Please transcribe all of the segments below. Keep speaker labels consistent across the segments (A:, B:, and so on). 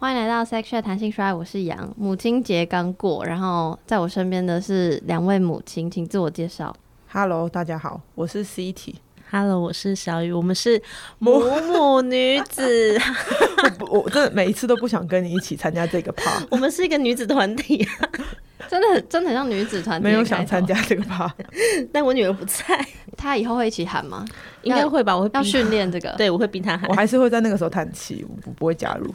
A: 到 Sexual 弹性衰，我是杨。母亲节刚过，然后在我身边的是两位母亲，请自我介绍。
B: Hello，大家好，我是 CT。
C: Hello，我是小雨，我们是母母女 子，
B: 我不我真的每一次都不想跟你一起参加这个趴，
C: 我们是一个女子团体，
A: 真的很真的很像女子团体，
B: 没有想参。加这个 趴。
C: 但我女儿不在，
A: 她以后会一起喊吗？
B: 嗯
C: 应该会吧？我会逼
A: 要
C: 她
A: 训，练这个。，
C: 对我会逼她喊
B: 我。还是会在那个时候叹气，我不不会加入。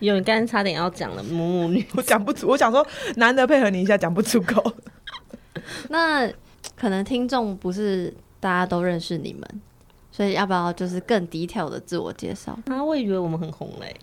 C: 有，你刚才差点要讲了母母女，？
B: 我讲不出，我想说难得配合你一下，讲不出口。
A: 那可能听众不是大家都认识你们，所以要不要就是更 detail 的自我介绍
C: 啊，我也以为我们很红嘞。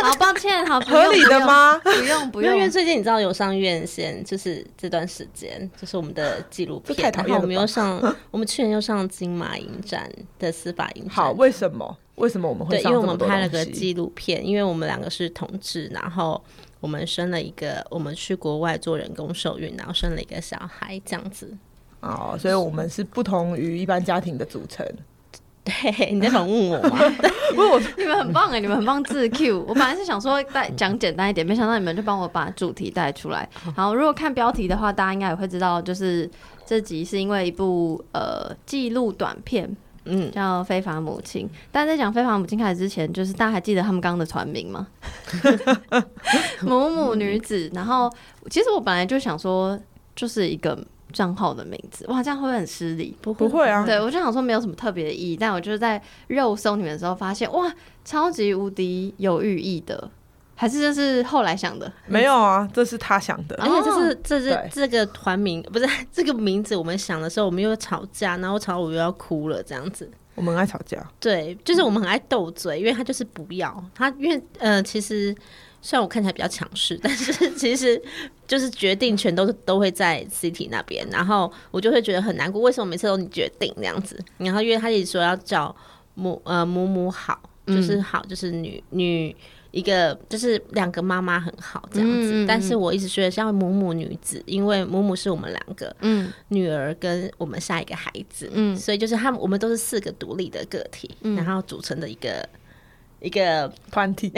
A: 好，抱歉，好，不用
B: 合理的吗？
A: 不用，不
B: 啊
C: 因为因为
A: 用。
C: 最近你知道有上院线，就是这段时间，就是我们的纪录片
B: 这，太讨厌
C: 然
B: 了
C: 后
B: 吧
C: 我们又上，我们去年又上金马影展的司法影展，
B: 好，为什么？为什么我们会
C: 对，因
B: 上
C: 为
B: 这
C: 我
B: 么
C: 们
B: 多
C: 拍了
B: 东
C: 个
B: 西？
C: 纪录片，因为我们两个是同志，然后我们生了一个，我们去国外做人工受孕，然后生了一个小孩，这样子。
B: 哦，所以我们是不同于一般家庭的组成。
C: 嗯对，你在访问我 吗？
A: 你们很棒哎，你们很棒自 Q。我本来是想说带讲简单一点，没想到你们就帮我把主题带出来。好，如果看标题的话，大家应该也会知道，就是这集是因为一部呃纪录短片
C: 嗯，
A: 叫《非法母亲》。但在讲《非法母亲》开始之前，就是大家还记得他们刚刚的团名吗？母母女子。然后其实我本来就想说，就是一个账号的名字，哇，这样会不会很失礼？
C: 不
B: 不会啊
A: 对，我就想说没有什么特别的意义，但我就是在肉搜你们的时候发现，哇，超级无敌有寓意的，还是这是后来想的，
B: 没有啊，这是他想的。
C: 而且这是这
B: 哦对
C: 是这个团名不是 这个名字，我们想的时候，我们又吵架，然后吵我又要哭了，这样子。
B: 我们很爱吵架，
C: 对，就是我们很爱斗嘴，因为他就是不要他，因为呃，其实虽然我看起来比较强势，但是其实就是决定权都是都会在 CT 那边，然后我就会觉得很难过，为什么每次都你决定这样子？然后因为他也说要叫母呃母母好，
A: 嗯
C: 就是好，就是女女。一个就是两个妈妈很好这样子，
A: 嗯嗯嗯
C: 但是我一直觉得像母母女子，因为母母是我们两个，
A: 嗯
C: 女儿跟我们下一个孩子，
A: 嗯
C: 所以就是他们我们都是四个独立的个体，然后组成的一个一个
B: 团 体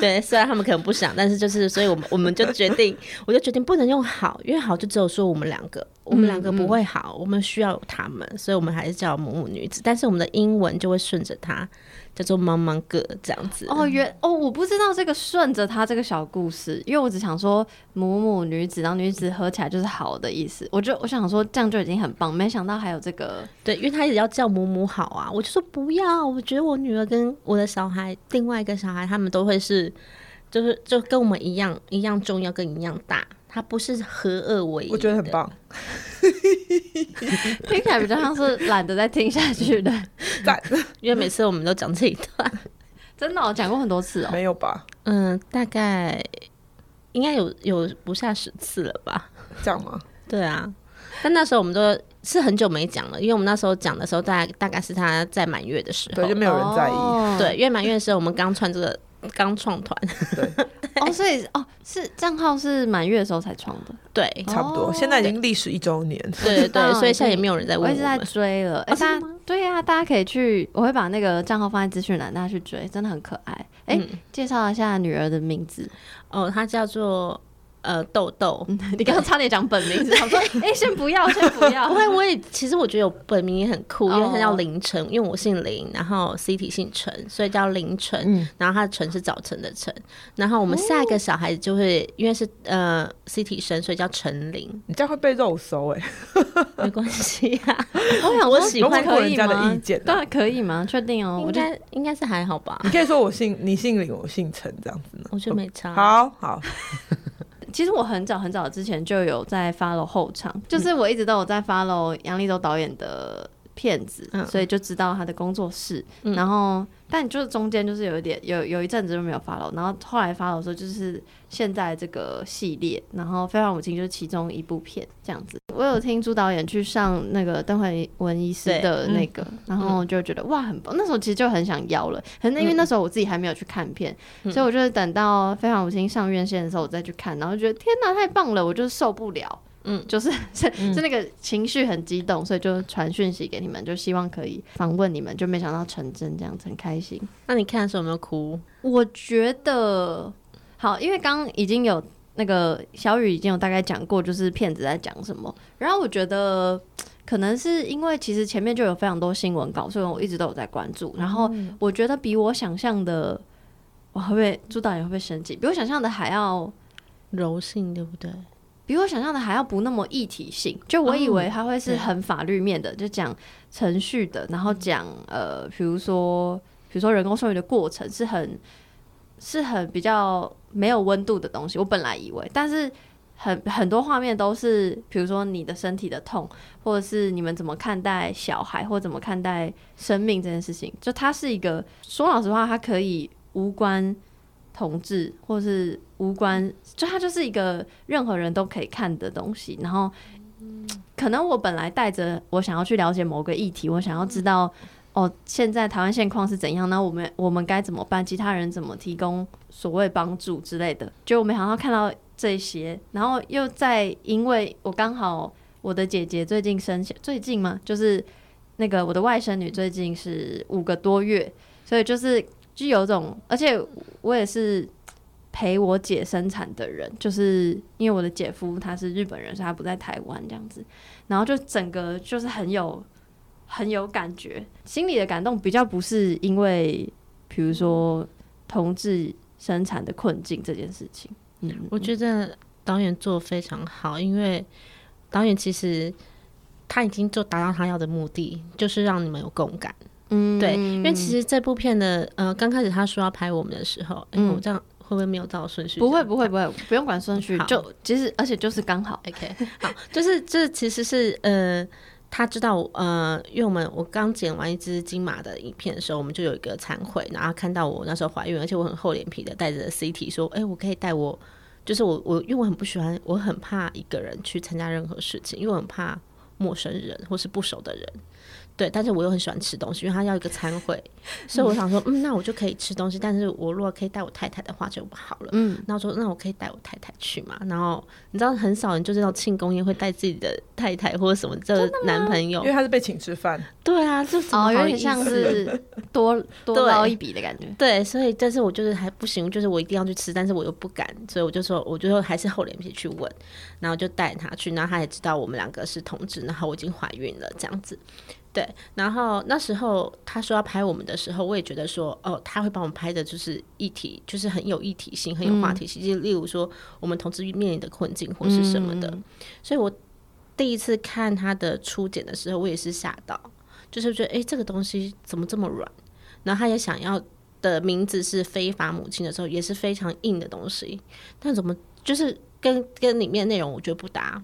C: 对，虽然他们可能不想，但是就是所以我们我们就决定， 我就决定不能用好，因为好就只有说我们两个，我们两个不会好，我们需要有他们，所以我们还是叫母母女子，但是我们的英文就会顺着它叫做 m 茫 m 哥这样子。
A: 哦原哦我不知道这个顺着他这个小故事，因为我只想说母母女子，然后女子合起来就是好的意思，我就我想说这样就已经很棒，没想到还有这 个，
C: 对，因为他一直要叫母母好啊，我就说不要，我觉得我女儿跟我的小孩，另外一个小孩，他们都会是，就是就跟我们一样一样重要，跟一样大，他不是合二为一。
B: 我觉得很。棒，
A: 听起来比较像是懒得再听下去 的，
B: 赞。
C: 因为每次我们都讲这一段，
A: 真的、哦，我讲过很多次哦，
B: 没有吧？
C: 嗯，大概应该有有不下十次了吧？
B: 这样吗？
C: 对啊，但那时候我们都是很久没讲了，因为我们那时候讲的时候大概大概是他在满月的时候
B: 对，，就没有人在意。
A: 哦
C: 对，因为满月的时候我们刚创这个刚创团，
A: 哦，所以哦是账号是满月的时候才创的。
C: 对。
B: 差不多，
A: 哦
B: 现在已经历时一周年。
C: 对对对，
A: 嗯
C: 所以现在也没有人在问
A: 我
C: 我
A: 一直在
C: 们。
A: 追
B: 哦
A: 了，哎、大家对呀、大家可以去，我会把那个账号放在资讯栏，大家去追，真的很可爱。哎、
B: 嗯
A: 介绍一下女儿的名字，
C: 哦，它叫做呃豆 豆。
A: 你刚刚差点讲本名， 想说哎、先不要，先不要
C: 不。会，我也其实我觉得有本名也很酷，
A: 哦
C: 因为它叫凌晨，因为我姓林，然后 CT 姓陈，所以叫凌晨。
A: 嗯
C: 然后它的晨是早晨的晨。然后我们下一
A: 哦
C: 个小孩子就会，因为是呃 CT 生，所以叫陈林，
B: 你这样会被肉搜哎、
C: 没关系啊。
A: 我想
C: 我
A: 说
C: 喜欢
A: 可以
B: 问过人
A: 吗
B: 家的意见啊
A: 对啊，可以吗？确定 哦，
C: 应
A: 我就
C: 该应该是还好吧
B: 你，可以说我姓 你姓林，我姓陈这样子呢。
C: 我觉得没差。
B: 好好，
A: 其实我很早很早之前就有在 follow 后场，就是我一直都有在 follow 杨立洲导演的片子，
C: 嗯
A: 所以就知道他的工作室。
C: 嗯
A: 然后，但就是中间就是有一点有有一阵子就没有 follow，然后后来 follow 的时候就是现在这个系列，然后《非凡母亲》就是其中一部片这样子。我有听朱导演去上那个邓慧文医师
C: 对嗯
A: 的那个，然后就觉得、哇很棒，那时候其实就很想要了，可
C: 嗯
A: 能因为那时候我自己还没有去看片，所以我就是等到《非常母亲》上院线的时候，我再去看，然后觉得天哪，太棒了，我就是受不了。嗯，就是是是那个情绪很激动，所以就传讯息给你们，就希望可以访问你们，就没想到成真这样子，很开心。
C: 那你看的时候有没有哭？
A: 我觉得好，因为刚刚已经有那个小雨已经有大概讲过，就是骗子在讲什么。然后我觉得可能是因为其实前面就有非常多新闻稿，所以我一直都有在关注。然后我觉得比我想象的，我会不会朱导演会不会生气？比我想象的还要。
C: 柔性对不对？
A: 比我想象的还要不那么一体性，就我以为它会是很法律面的，就讲程序的，然后讲呃，比如说比如说人工授予的过程是很是很比较没有温度的东西，我本来以为，但是很很多画面都是，比如说你的身体的痛，或者是你们怎么看待小孩，或怎么看待生命这件事情，就它是一个说老实话，它可以无关同志，或是无关，就它就是一个任何人都可以看的东西，然后。可能我本来带着我想要去了解某个议题，我想要知道哦，现在台湾现况是怎样？那我们我们该怎么办？其他人怎么提供所谓帮助之类的？就我没想到看到这些，然后又在因为我刚好我的姐姐最近生小，最近嘛，就是那个我的外甥女最近是五个多月，所以就是就有种，而且我也是。陪我姐生产的人，就是因为我的姐夫他是日本人，所以他不在台湾这样子，然后就整个就是很有很有感觉，心里的感动比较不是因为，比如说同志生产的困境这件事情。嗯，
C: 我觉得导演做得非常好，因为导演其实他已经就达到他要的目的，就是让你们有共感。
A: 嗯
C: 对，因为其实这部片的呃，刚开始他说要拍我们的时候，嗯，
A: 嗯
C: 我这样会不会没有照顺序？
A: 不会不会不会，不用管顺序
C: 好，
A: 就其实而且就是刚好。
C: OK，好，就是这其实是呃，他知道呃，因为我们我刚剪完一支金马的影片的时候，我们就有一个参会，然后看到我那时候怀孕，而且我很厚脸皮的带着 CT 说，哎、我可以带我，就是我我因为我很不喜欢，我很怕一个人去参加任何事情，因为我很怕陌生人或是不熟的人。对，但是我又很喜欢吃东西，因为他要一个餐会，所以我想说，嗯，那我就可以吃东西。但是我如果可以带我太太的话就不好了。嗯，那我说，那我可以带我太太去嘛？然后你知道，很少人就是那种庆功宴会带自己的太太或者什么这个男朋友
B: 因为。他是被请吃饭，
C: 对啊，就怎么
A: 哦，有
C: 好意
A: 点像
C: 思
A: 是多多
C: 对
A: 捞一笔的感觉。
C: 对，所以但是我就是还不行，就是我一定要去吃，但是我又不敢，所以我就说，我就还是厚脸皮去问，然后就带他去，然后他也知道我们两个是同志，然后我已经怀孕了这样子。对，然后那时候他说要拍我们的时候，我也觉得说，哦，他会帮我们拍的就是议题，就是很有议题性，很有话题性，就例如说我们同志面临的困境或是什么的。所以我第一次看他的初剪的时候，我也是吓到，就是觉得，诶，这个东西怎么这么软？然后他也想要的名字是非法母亲的时候，也是非常硬的东西，但怎么就是跟跟里面内容我觉得不搭。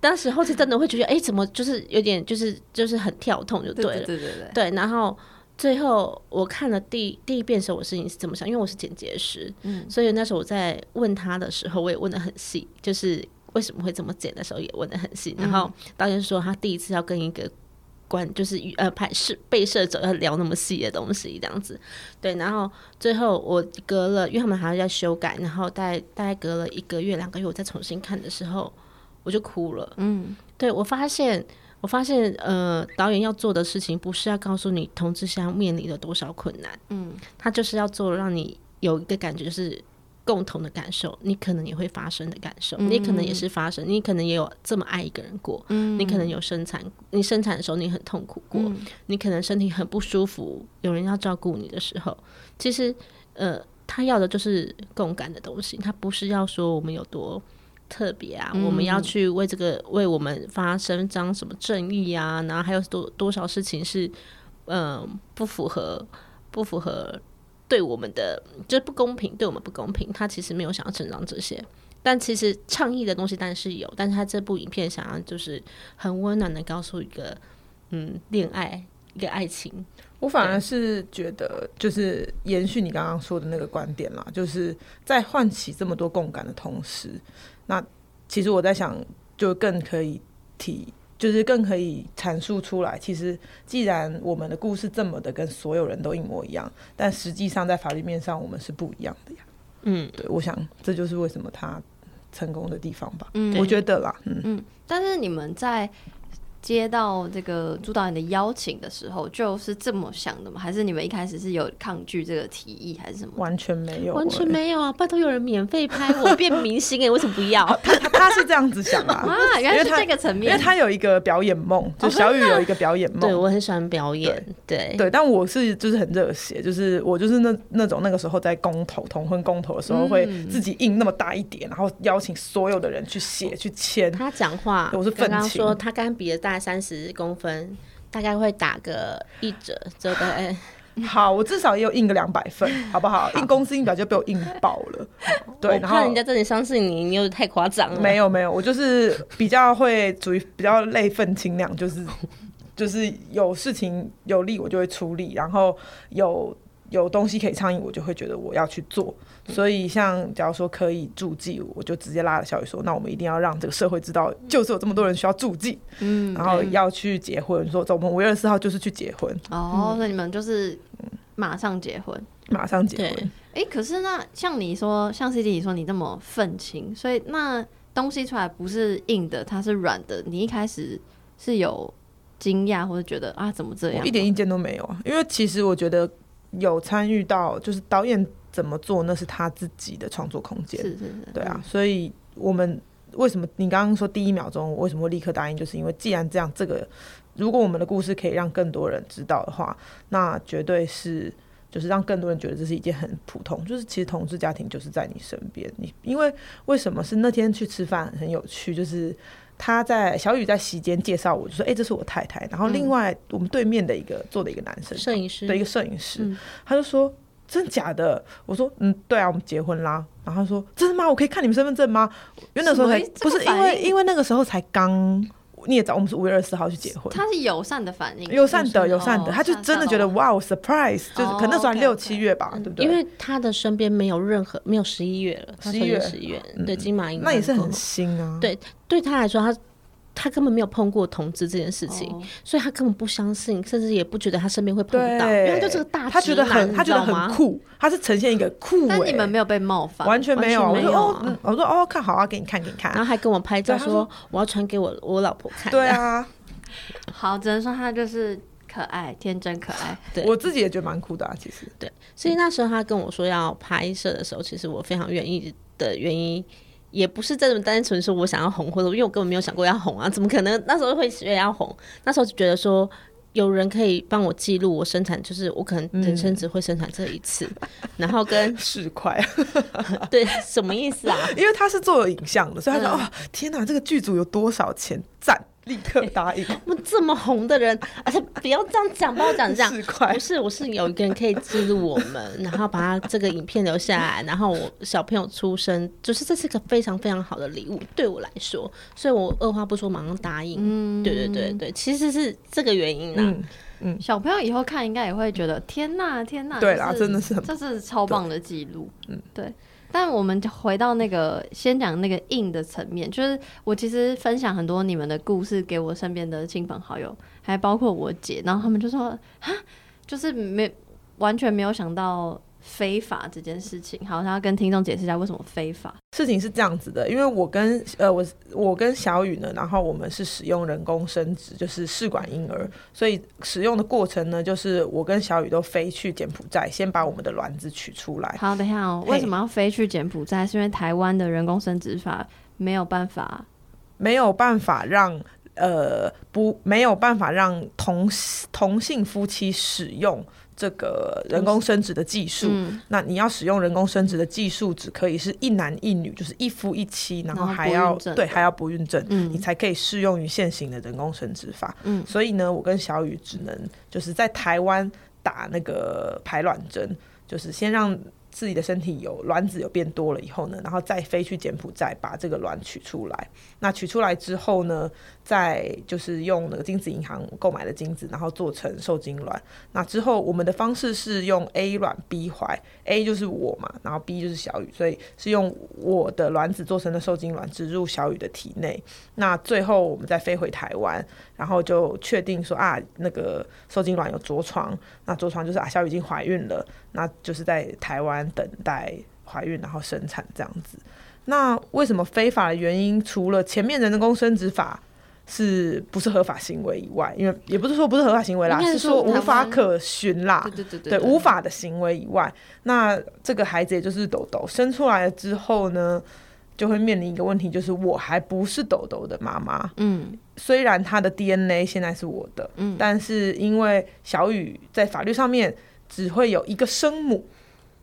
C: 当时后期真的会觉得，诶，怎么就是有点就是就是很跳痛就对了。
A: 对对对，
C: 对，然后最后我看了第第一遍的时候，我心里是这么想，因为我是剪接师，所以那时候我在问他的时候，我也问的很细，就是为什么会这么剪的时候也问的很细。然后导演说他第一次要跟一个观就是呃拍摄被摄者要聊那么细的东西这样子，对，然后最后我隔了，因为他们还要再修改，然后大概大概隔了一个月两个月，我再重新看的时候，我就哭了。
A: 嗯，
C: 对我发现，我发现，呃，导演要做的事情不是要告诉你同志现在面临了多少困难，
A: 嗯，
C: 他就是要做让你有一个感觉，就是共同的感受，你可能也会发生的感受，你可能也是发生，你可能也有这么爱一个人过，嗯，你可能有生产，你生产的时候你很痛苦过，你可能身体很不舒服，有人要照顾你的时候，其实，呃，他要的就是共感的东西，他不是要说我们有多特别啊，我们要去为这个为我们发声张什么正义啊，然后还有多多少事情是，嗯、不符合不符合对我们的就是不公平，对我们不公平，他其实没有想要伸张这些。但其实倡议的东西当然是有，但是他这部影片想要就是很温暖的告诉一个，嗯，恋爱一个爱情，
B: 我反而是觉得，就是延续你刚刚说的那个观点啦，就是在唤起这么多共感的同时，那其实我在想，就更可以体，就是更可以阐述出来。其实，既然我们的故事这么的跟所有人都一模一样，但实际上在法律面上我们是不一样的呀。
C: 嗯，
B: 对，我想这就是为什么他成功的地方吧，
A: 嗯
B: 我觉得啦，嗯，
A: 但是你们在接到这个朱导演的邀请的时候，就是这么想的吗？还是你们一开始是有抗拒这个提议，还是什么？
B: 完全没有、
C: 完全
B: 欸
C: 没有 啊！拜托，有人免费拍我变明星哎、为什么不要？
B: 啊他他是这样子 想啊，
A: 啊，原来
B: 因为
A: 是
B: 他
A: 这个层
B: 因为
A: 面。
B: 他有一个表演梦，就小雨有一个表演
C: 哦对
B: 梦。
C: 我很喜欢表演，对
B: 对，但我是就是很热血，就是我就是那那种那个时候在公投同婚公投的时候，会
C: 嗯
B: 自己印那么大一叠，然后邀请所有的人去写去签，
C: 他讲话，
B: 我是愤
C: 刚刚
B: 青
C: 说他刚比了大概三十公分，大概会打个一折，哎就大概
B: 好，我至少也有印个两百份，好不好？印公司印表就被我印爆 了。对，
C: 我
B: 然
C: 怕
B: 后
C: 人家真的相信你，你又太夸张了。
B: 没有没有，我就是比较会属于比较类愤青那样，就是就是有事情有力我就会出力，然后有有东西可以倡议，我就会觉得我要去做。所以像假如说可以助记，我就直接拉了小雨说，那我们一定要让这个社会知道，就是有这么多人需要助记，
A: 嗯
B: 然后要去结婚，说走，我们五月二十四号就是去结婚，
A: 哦，所以你们就是马上结婚。
B: 马上结
C: 对
B: 婚。
A: 哎、可是那像你说，像 C D 你说你这么愤青，所以那东西出来不是硬的，它是软的。你一开始是有惊讶或者觉得啊，怎么这样
B: 我
A: 吗？
B: 一点意见都没有啊，因为其实我觉得有参与到，就是导演怎么做，那是他自己的创作空间
A: 是。是是，
B: 对啊，所以我
C: 嗯
B: 们为什么你刚刚说第一秒钟我为什么会立刻答应，就是因为既然这样，这个如果我们的故事可以让更多人知道的话，那绝对是就是让更多人觉得这是一件很普通，就是其实同志家庭就是在你身边，你因为为什么是那天去吃饭很有趣，就是。他在小雨在席间介绍我，就说：“哎、这是我太太。”然后另外我们对面的一个坐的一个男生，
C: 嗯摄影师
B: 的一个摄影师，
A: 嗯
B: 他就说。真假的？我说嗯，对啊，我们结婚啦。然后他说真的吗？我可以看你们身份证吗？因为那时候才
A: 什么这
B: 不
A: 个
B: 是因
A: 反
B: 为
A: 应
B: 因为那个时候才刚，你也知道我们是五月二十四号去结婚，
A: 它是友善的反应，
B: 友善的
A: 就是
B: 友善的，
A: 哦
B: 他就
A: 吓
B: 真的
A: 吓
B: 觉得
A: 到我
B: 哇哦，surprise，就是
A: 哦
B: 可能那时候还
A: OK，OK
B: 六七月吧，对不对？
C: 嗯因为他的身边没有任何没有十一月了，他
B: 11月嗯
C: 十一月，对金马影
B: 那也是
C: 过
B: 很
C: 后
B: 新啊。
C: 对对他来说，他他根本没有碰过同志这件事情，
A: 哦
C: 所以他根本不相信，甚至也不觉得他身边会碰
B: 对，
C: 到，因为他就是个大
B: 他
C: 直
B: 觉得
C: 男，
B: 很
C: 你
B: 他
C: 知
B: 觉得
C: 道吗
B: 很酷，他是呈现一个酷、欸，
A: 但你们没有被冒犯，
B: 完全没有啊。
C: 完
B: 我
C: 全没
B: 说
C: 有
B: 哦
C: 啊，
B: 嗯我说哦，看好啊，给你看，给你看
C: 然后
B: 啊。
C: 还跟我拍照
B: 对他
C: 说
B: 说
C: 我要传给我我老婆看。
B: 对，啊，
A: 好，只能说他就是可爱，天真可爱。
C: 对
B: 我自己也觉得蛮酷的啊，其实。
C: 对，所以那时候他跟我说要拍摄的时候，其实我非常愿意的原因。也不是真的单纯说我想要红，或者因为我根本没有想过要红啊，怎么可能？那时候会觉得要红，那时候就觉得说有人可以帮我记录我生产，就是我可能人生只会生产这一次，然后跟
B: 嗯 市侩，
C: 对什么意思啊？
B: 因为他是做影像的，所以他说：“
C: 嗯
B: 哦，天哪，这个剧组有多少钱？赞，立刻答应，
C: 我这么红的人，而且不要这样讲，不要讲 这样，
B: 市侩
C: 不是，我是有一个人可以记录我们， 然后把他这个影片留下来，然后我小朋友出生，就是这是个非常非常好的礼物对我来说，所以我二话不说马上答应。
A: 嗯，
C: 对对对对，其实是这个原因啦。
B: 嗯，
A: 小朋友以后看应该也会觉得天呐天呐，
B: 对
A: 就
B: 啦真的是很
A: 这是超棒的记录，嗯，对。但我们回到那个先讲那个硬的层面，就是我其实分享很多你们的故事给我身边的亲朋好友，还包括我姐，然后他们就说啊，就是没完全没有想到非法这件事情。好，然后跟听众解释一下为什么非法。
B: 事情是这样子的，因为我跟呃我我跟小雨呢，然后我们是使用人工生殖，就是试管婴儿，所以使用的过程呢，就是我跟小雨都飞去柬埔寨，先把我们的卵子取出来。
A: 好，等一下哦，
B: 嘿
A: 为什么要飞去柬埔寨？是因为台湾的人工生殖法没有办法
B: 没有办法让呃不没有办法让同同性夫妻使用这个人工生殖的技术。
A: 嗯
B: 那你要使用人工生殖的技术，只可以是一男一女，就是一夫一妻，然后
A: 然后
B: 还
A: 哦不
B: 要
A: 孕症
B: 对还要不孕症。你
A: 嗯
B: 才可以适用于现行的人工生殖法，
A: 嗯
B: 所以呢，我跟小雨只能就是在台湾打那个排卵针，就是先让自己的身体有卵子有变多了以后呢，然后再飞去柬埔寨把这个卵取出来。那取出来之后呢，再就是用那个精子银行购买的精子，然后做成受精卵。那之后我们的方式是用 A 卵 B 怀，A 就是我嘛，然后 B 就是小雨，所以是用我的卵子做成的受精卵植入小雨的体内。那最后我们再飞回台湾，然后就确定说啊，那个受精卵有着床，那着床就是啊小雨已经怀孕了，那就是在台湾等待怀孕然后生产这样子。那为什么非法的原因，除了前面人工生殖法是不是合法行为以外，因为也不是说不是合法行为啦，
A: 应该
B: 是
A: 是
B: 说
A: 说
B: 无
A: 台
B: 法
A: 湾
B: 可循啦。
A: 对对对
B: 对无法的行为以外，那这个孩子也就是豆豆生出来了之后呢，就会面临一个问题，就是我还不是豆豆的妈妈。
A: 嗯
B: 虽然他的 DNA 现在是我的，
A: 嗯
B: 但是因为小雨在法律上面只会有一个生母，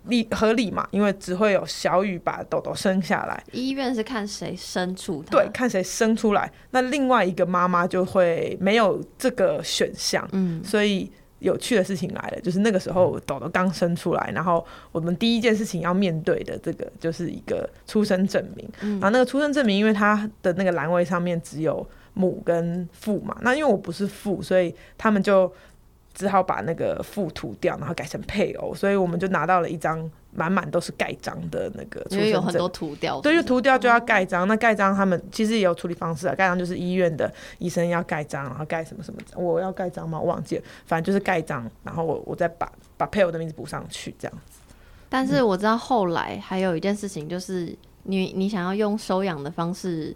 B: 理合理嘛？因为只会有小雨把豆豆生下来，
A: 医院是看谁生出他，
B: 对，看谁生出来。那另外一个妈妈就会没有这个选项，
A: 嗯
B: 所以有趣的事情来了，就是那个时候豆豆刚生出来，然后我们第一件事情要面对的这个就是一个出生证明。
A: 嗯
B: 然后那个出生证明，因为它的那个栏位上面只有母跟父嘛，那因为我不是父，所以他们就只好把那个父涂掉，然后改成配偶，所以我们就拿到了一张满满都是盖章的那个
A: 因
B: 出生
A: 为有
B: 证
A: 很多涂掉，
B: 对，就涂掉就要盖章。那盖章他们其实也有处理方式啊，盖章就是医院的医生要盖章，然后盖什么什么，我要盖章吗？我忘记了，反正就是盖章，然后我我再把把配偶的名字补上去，这样。
A: 但是我知道后来还有一件事情，就是你你想要用收养的方式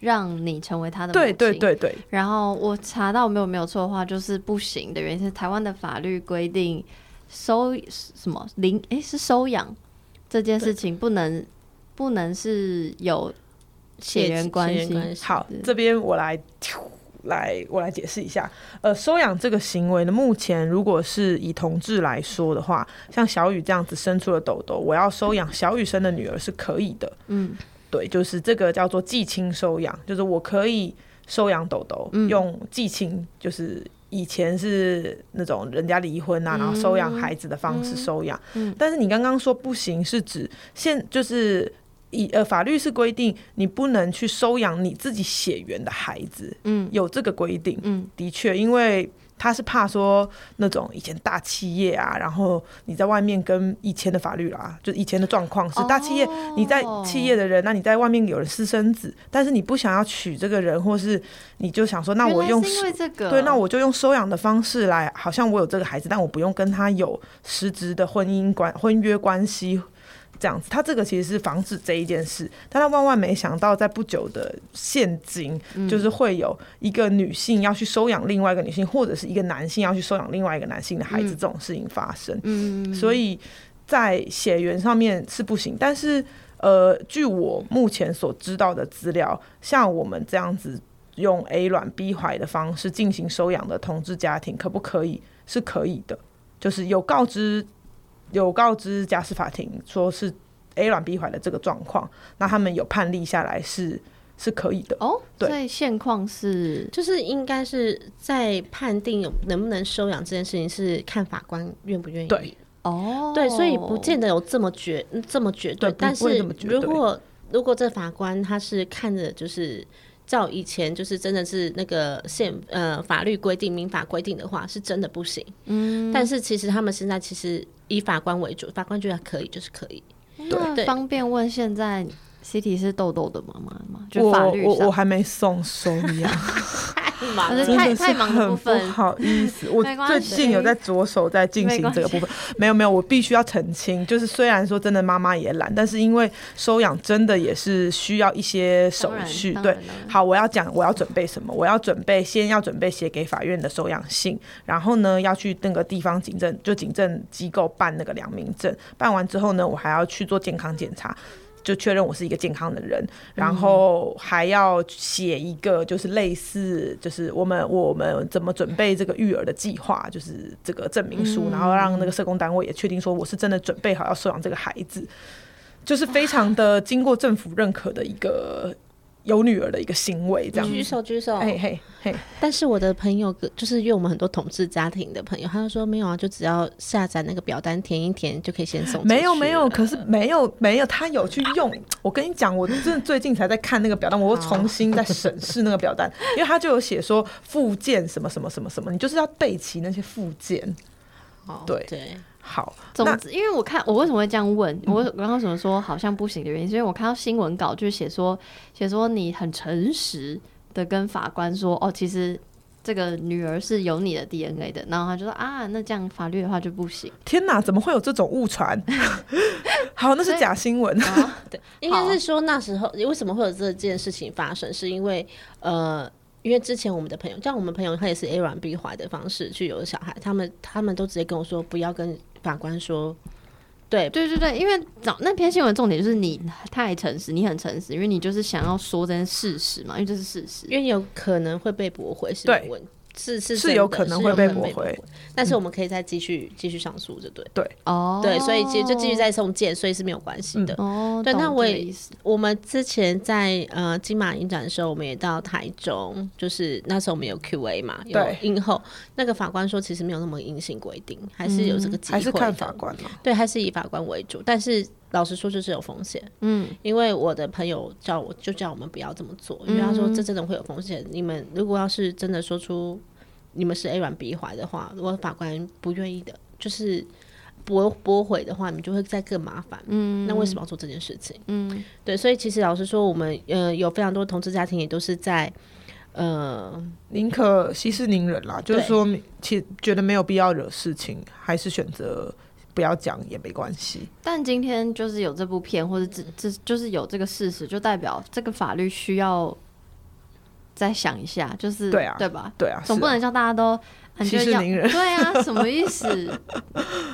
A: 让你成为他的母
B: 对
A: 亲，
B: 对。对对，
A: 然后我查到没有没有错的话，就是不行的原因是台湾的法律规定收什么领诶是收养这件事情不能不能是有血缘关
C: 血
A: 系，
C: 系
B: 好
A: 是，
B: 这边我来来我来解释一下。呃，收养这个行为呢，目前如果是以同志来说的话，像小雨这样子生出了豆豆，我要收养小雨生的女儿是可以的。
A: 嗯
B: 对，就是这个叫做寄亲收养，就是我可以收养豆豆，
A: 嗯
B: 用寄亲，就是以前是那种人家离婚啊，然后收养孩子的方式收养。
A: 嗯
B: 但是你刚刚说不行，是指现就是。以呃，法律是规定你不能去收养你自己血缘的孩子，
A: 嗯
B: 有这个规定。
A: 嗯
B: 的确，因为他是怕说那种以前大企业啊，然后你在外面跟以前的法律啦，就以前的状况是大企业
A: 哦
B: 你在企业的人，那你在外面有人私生子，但是你不想要娶这个人，或是你就想说，那我
A: 哦原来
B: 用
A: 是因
B: 收
A: 为这个
B: 对，那我就用收养的方式来，好像我有这个孩子，但我不用跟他有实质的婚姻关婚约关系。这样子，他这个其实是防止这一件事，但他万万没想到，在不久的现今，
A: 嗯
B: 就是会有一个女性要去收养另外一个女性，或者是一个男性要去收养另外一个男性的孩子，
A: 嗯
B: 这种事情发生。
A: 嗯
B: 所以在血缘上面是不行。但是，呃，据我目前所知道的资料，像我们这样子用 A 卵 B 怀的方式进行收养的同志家庭，可不可以？是可以的，就是有告知有告知家事法庭说是 A 卵 B 怀的这个状况，那他们有判例下来是是可以的。
A: 哦，
B: 对
A: 所以现况是
C: 就是应该是在判定有能不能收养这件事情，是看法官愿不愿意。
B: 对
A: 哦，
C: 对，所以不见得有这么绝嗯这么绝
B: 对
C: 对
B: 不。
C: 但
B: 不会
C: 是
B: 这么绝对
C: 如果如果这法官他是看着就是照以前就是真的是那个宪呃法律规定、民法规定的话，是真的不行。嗯，但是其实他们现在其实以法官为主，法官觉得可以就是可以。
A: 那
C: 对
A: 方便问现在 City 是豆豆的妈妈吗？就
B: 我
A: 法律
B: 我我
A: 上，
B: 还没送收养。
C: 太忙
A: 了
C: 了，
A: 可是太
B: 哎真的是
A: 太忙的部分
B: 很不好 意思，我
A: 没
B: 最
A: 关系
B: 近有在着手在进行这个部分，没有没有，我必须要澄清，就是虽然说真的妈妈也懒，但是因为收养真的也是需要一些手
A: 当然
B: 续，
A: 当
B: 对
A: 然。当然
B: 好，我要讲我要准备什么，我要准备先要准备写给法院的收养信，然后呢要去那个地方警政就警政机构办那个良民证，办完之后呢，我还要去做健康检查。就确认我是一个健康的人，然后还要写一个就是类似就是我们我们怎么准备这个育儿的计划，就是这个证明书，然后让那个社工单位也确定说我是真的准备好要收养这个孩子，就是非常的经过政府认可的一个有女儿的一个行为，这样。
C: 举手举手。
B: 嘿嘿嘿，
C: 但是我的朋友就是约我们很多同志家庭的朋友，他就说没有啊，就只要下载那个表单填一填就可以先送进去了。
B: 没有没有，可是没有没有，他有去用。我跟你讲，我真的最近才在看那个 表单，我又重新在审视那个表单，因为他就有写说附件什么什么什么什么，你就是要备齐那些附件。
C: 哦
B: 对
C: 对，
B: 好，那
A: 总
B: 嗯
A: 之，因为我看我为什么会这样问，我我刚刚怎么说好像不行的原因，是因为我看到新闻稿就是写说写说你很诚实的跟法官说，哦，其实这个女儿是有你的 DNA 的，然后他就说啊，那这样法律的话就不行。
B: 天哪，怎么会有这种误传？ 好，那是假新闻。
C: 对，应该是说那时候为什么会有这件事情发生，是因为呃，因为之前我们的朋友，像我们朋友他也是 A 软 B 怀的方式去有小孩，他们他们都直接跟我说不要跟法官说，对，
A: 对对对，因为早那篇新闻重点就是你太诚实，你很诚实，因为你就是想要说这件事实嘛，因为这是事实。
C: 因为有可能会被驳回，是有
B: 对
C: 问。是是
B: 是
C: 真的
B: 有
C: 有
B: 可能会
C: 会
B: 被
C: 驳
B: 驳回，嗯
C: 但是我们可以再继续继续上诉，就对了。
A: 哦，
C: 对，所以其实就继续在送件，所以是没有关系
B: 嗯
C: 的。
A: 哦，
C: 对
A: 懂
C: 那我
A: 这个
C: 也
A: 意思
C: 我们之前在呃金马影展的时候，我们也到台中，就是那时候我们有 Q&A 嘛，有
B: 对
C: 映后，那个法官说其实没有那么硬性规定，还是有这个
B: 嗯
C: 机
B: 还
C: 会
B: 是
C: 的。
B: 看法官嘛？
C: 对，还是以法官为主，但是。老实说，就是有风险，
A: 嗯，
C: 因为我的朋友叫我，就叫我们不要这么做，因为他说这真的会有风险。你们如果要是真的说出你们是 A 软 B 怀的话，如果法官不愿意的，就是驳驳回的话，你们就会再更麻烦。嗯，那为什么要做这件事情？嗯，对，所以其实老实说，我们呃有非常多同志家庭也都是在呃
B: 宁可息事宁人啦，就是说，其觉得没有必要惹事情，还是选择不要讲也没关系。
A: 但今天就是有这部片，或者这这就是有这个事实，就代表这个法律需要再想一下，就是
B: 对啊
A: 对吧？
B: 对啊，
A: 总不
B: 是啊
A: 能叫大家都 啊你就
B: 息事
A: 要
B: 宁人
A: 对啊，什么意 思？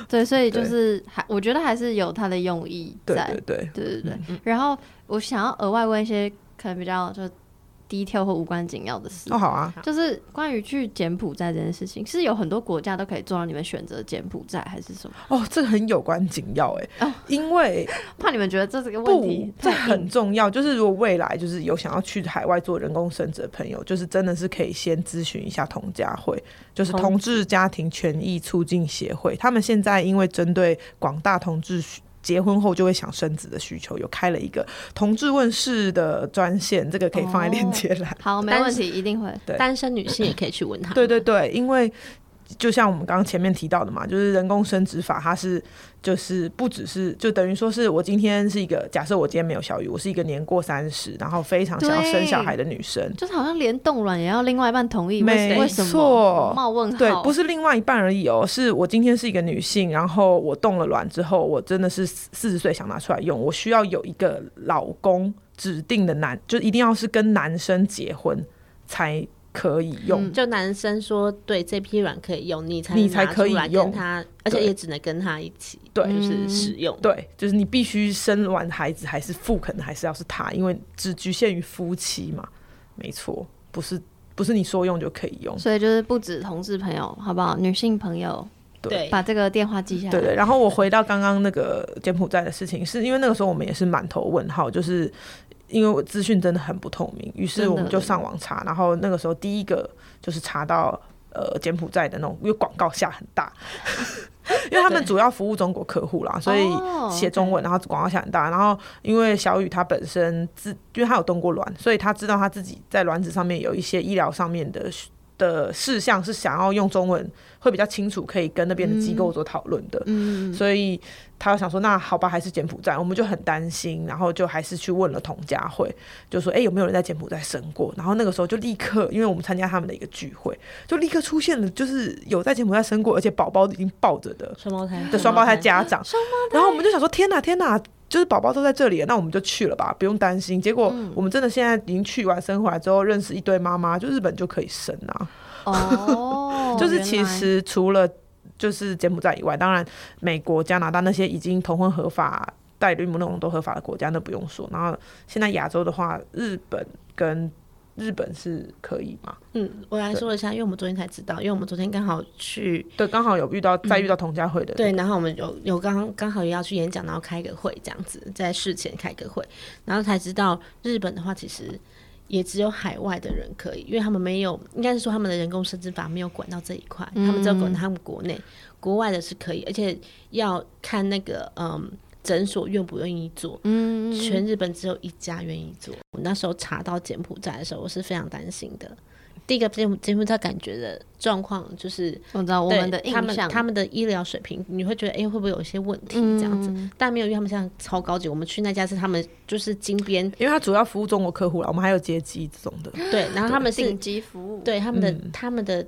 A: 对，所以就
B: 对
A: 是还我觉得还是有它的用意
B: 对
A: 在
B: 对，对，
A: 对对对。然后我想要额外问一些可能比较就低调或无关紧要的事
B: 哦，好啊，
A: 就是关于去柬埔寨这件事情，是有很多国家都可以做到你们选择柬埔寨还是什 么？
B: 哦，这个很有关紧要哎、
A: 哦
B: 因为
A: 怕你们觉得这是个问
B: 不
A: 题，，
B: 这
A: 太硬
B: 很重要。就是如果未来就是有想要去海外做人工生殖的朋友，就是真的是可以先咨询一下同家会，就是
C: 同
B: 同志家庭权益促进协会。他们现在因为针对广大同志需结婚后就会想生子的需求，有开了一个同志问世的专线，这个可以放在
A: 哦
B: 链接栏。
A: 好，没
C: 但
A: 问
C: 是
A: 题，一定会。
B: 对
C: 单身女性也可以去问 他。
B: 对对对，因为就像我们刚刚前面提到的嘛，就是人工生殖法，它是就是不只是就等于说是我今天是一个假设我今天没有小雨，我是一个年过三十，然后非常想要生小孩的女生。
A: 就是好像连冻卵也要另外一半同意，为
B: 没
A: 什为什么
B: 错
A: 冒问号？
B: 对，不
A: 是
B: 是另外一半而已哦，是我今天是一个女性，然后我动了卵之后，我真的是四十岁想拿出来用，我需要有一个老公指定的男，就一定要是跟男生结婚才可以用。
A: 嗯
C: 就男生说，对这批软可以用，你才
B: 你
C: 能拿
B: 才可以
C: 出来
B: 用
C: 跟他，而且
B: 对
C: 也只能跟他一起，
B: 对
C: 就是使用。
B: 对，就是你必须生完孩子还是父，可能还是要是他，因为只局限于夫妻嘛，没错，不是不是你说用就可以用，
A: 所以就是不止同志朋友，好不好？女性朋友
B: 对
A: 把这个电话记下来。
B: 对对。然后我回到刚刚那个柬埔寨的事情，是因为那个时候我们也是满头问号，就是因为我资讯真的很不透明，
A: 真
B: 于是
A: 的
B: 我们就上网查，然后那个时候第一个就是查到呃柬埔寨的那种，因为广告下很大。 因为他们主要服务中国客户啦，所以
A: 哦
B: 写中文，然后广告下很大。然后因为小雨她本身自，因为她有动过卵，所以她知道她自己在卵子上面有一些医疗上面的的事项是想要用中文会比较清楚，可以跟那边的机构做讨论的。
A: 嗯，
B: 所以他想说，那好吧，还是柬埔寨，我们就很担心，然后就还是去问了童家慧，就说，哎、有没有人在柬埔寨生过？然后那个时候就立刻，因为我们参加他们的一个聚会，就立刻出现了，就是有在柬埔寨生过，而且宝宝已经抱着的
C: 双胞胎
B: 的双胞胎家长，然后我们就想说，天哪，天哪！就是宝宝都在这里了，那我们就去了吧，不用担心。结果我们真的现在已经去完生回来之后，认识一堆妈妈，就日本就可以生啊。，
A: 哦
B: 就是其
A: 原来
B: 实除了就是柬埔寨以外，当然美国、加拿大那些已经同婚合法、代孕母那种都合法的国家，那不用说。然后现在亚洲的话，日本跟日本是可以嘛？
C: 嗯，我来说一下，因为我们昨天才知道，因为我们昨天刚好去
B: 对，刚好有遇到再遇到同家会的，
C: 对，然后我们有有刚刚好也要去演讲，然后开个会这样子，在事前开个会，然后才知道日本的话其实也只有海外的人可以，因为他们没有，应该是说他们的人工生殖法没有管到这一块，他们只有管
A: 嗯
C: 他们国内，国外的是可以，而且要看那个嗯诊所愿不愿意做，
A: 嗯，嗯嗯
C: 全日本只有一家愿意做。我那时候查到柬埔寨的时候，我是非常担心的，第一个柬埔柬埔寨感觉的状况就是
A: 我知道我
C: 对
A: 们的印
C: 他们
A: 象，
C: 他们的医疗水平，你会觉得哎、诶会不会有一些问题这样
A: 嗯
C: 子？但没有，因为他们现在超高级。我们去那家是他们就是金 边
B: 因为它主要服务中国客户啦，我们还有接机这种的。
C: 对，然后他们是
A: 顶级服务，
C: 对他们的、
A: 嗯
C: 他们的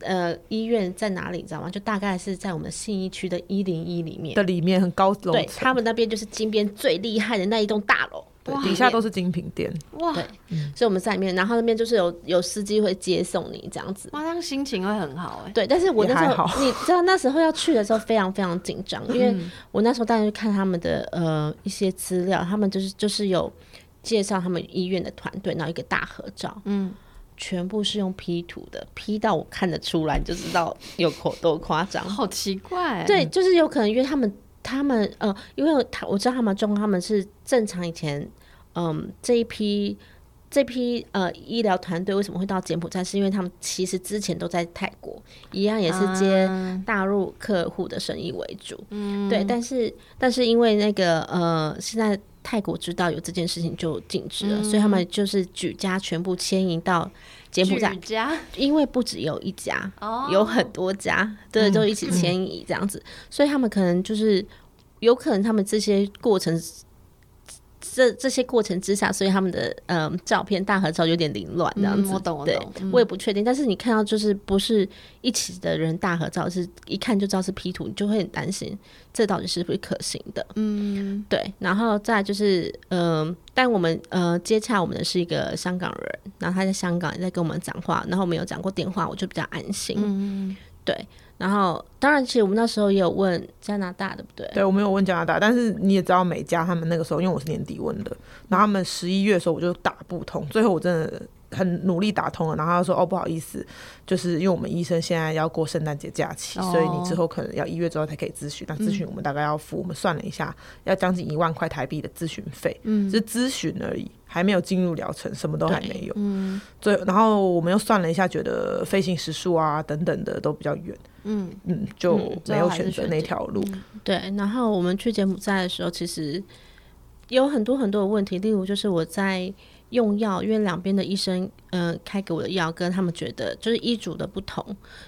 C: 呃医院在哪里，你知道吗？就大概是在我们信义区的一零一里面
B: 的。里面很高楼
C: 对
B: 层，
C: 他们那边就是金边最厉害的那一栋大楼，
B: 对
A: 哇
B: 底下都是精品店，
A: 哇，
C: 对所以我们在里面，然后那边就是有有司机会接送你这样子。
A: 哇，那样心情会很好哎。
C: 对，但是我
B: 也
C: 那时
B: 还
C: 候，你知道那时候要去的时候非常非常紧张，
B: 嗯
C: 因为我那时候当然去看他们的呃一些资料，他们就是就是有介绍他们医院的团队，然后一个大合照，嗯，全部是用 P 图的，P 到我看得出来，你就知道有多多夸张。
A: 好奇怪，，欸
C: 对，就是有可能因为他们他们呃，因为他我知道他们状况，他们是正常以前嗯这一批。这批呃医疗团队为什么会到柬埔寨？是因为他们其实之前都在泰国，一样也是
B: 啊
C: 接
A: 啊
C: 大陆客户的生意为主。嗯，对，但是但是因为那个呃，现在泰国知道有这件事情就禁止
A: 嗯
C: 了，所以他们就是举家全部迁移到柬埔寨
A: 举。家
C: 因为不只有一家，
A: 哦嗯
C: 有很多家，对，都一起迁移这样子，所以他们可能就是有可能他们这些过程，这这些过程之下，所以他们的嗯、照片大合照有点凌乱这样子。
A: 嗯我懂我
C: 对
A: 懂嗯，
C: 我也不确定，但是你看到就是不是一起的人大合照，是一看就知道是 P 图，你就会很担心这到底是不是可行的。
A: 嗯，
C: 对，然后再来就是，嗯、但我们呃接洽我们的是一个香港人，然后他在香港也在跟我们讲话，然后我们有讲过电话，我就比较安心。嗯对，然后当然，其实我们那时候也有问加拿大，对不对？
B: 对我没有问加拿大，但是你也知道美加他们那个时候，因为我是年底问的，然后他们十一月的时候我就打不通，最后我真的很努力打通了，然后他说哦不好意思，就是因为我们医生现在要过圣诞节假期，
A: 哦
B: 所以你之后可能要一月之后才可以咨询，那咨询我们大概要付，我们算了一下，要将近一万块台币的咨询费，嗯，只是咨询而已，还没有进入疗程，什么都还
C: 对
B: 没有，嗯，最然后我们又算了一下，觉得飞行时数啊等等的都比较远，嗯嗯，就没有选择那条路。
C: 对，然后我们去柬埔寨的时候，其实有很多很多的问题，例如就是我在用药，因为两边的医生嗯、呃开给我的药跟他们觉得就是医嘱的不同，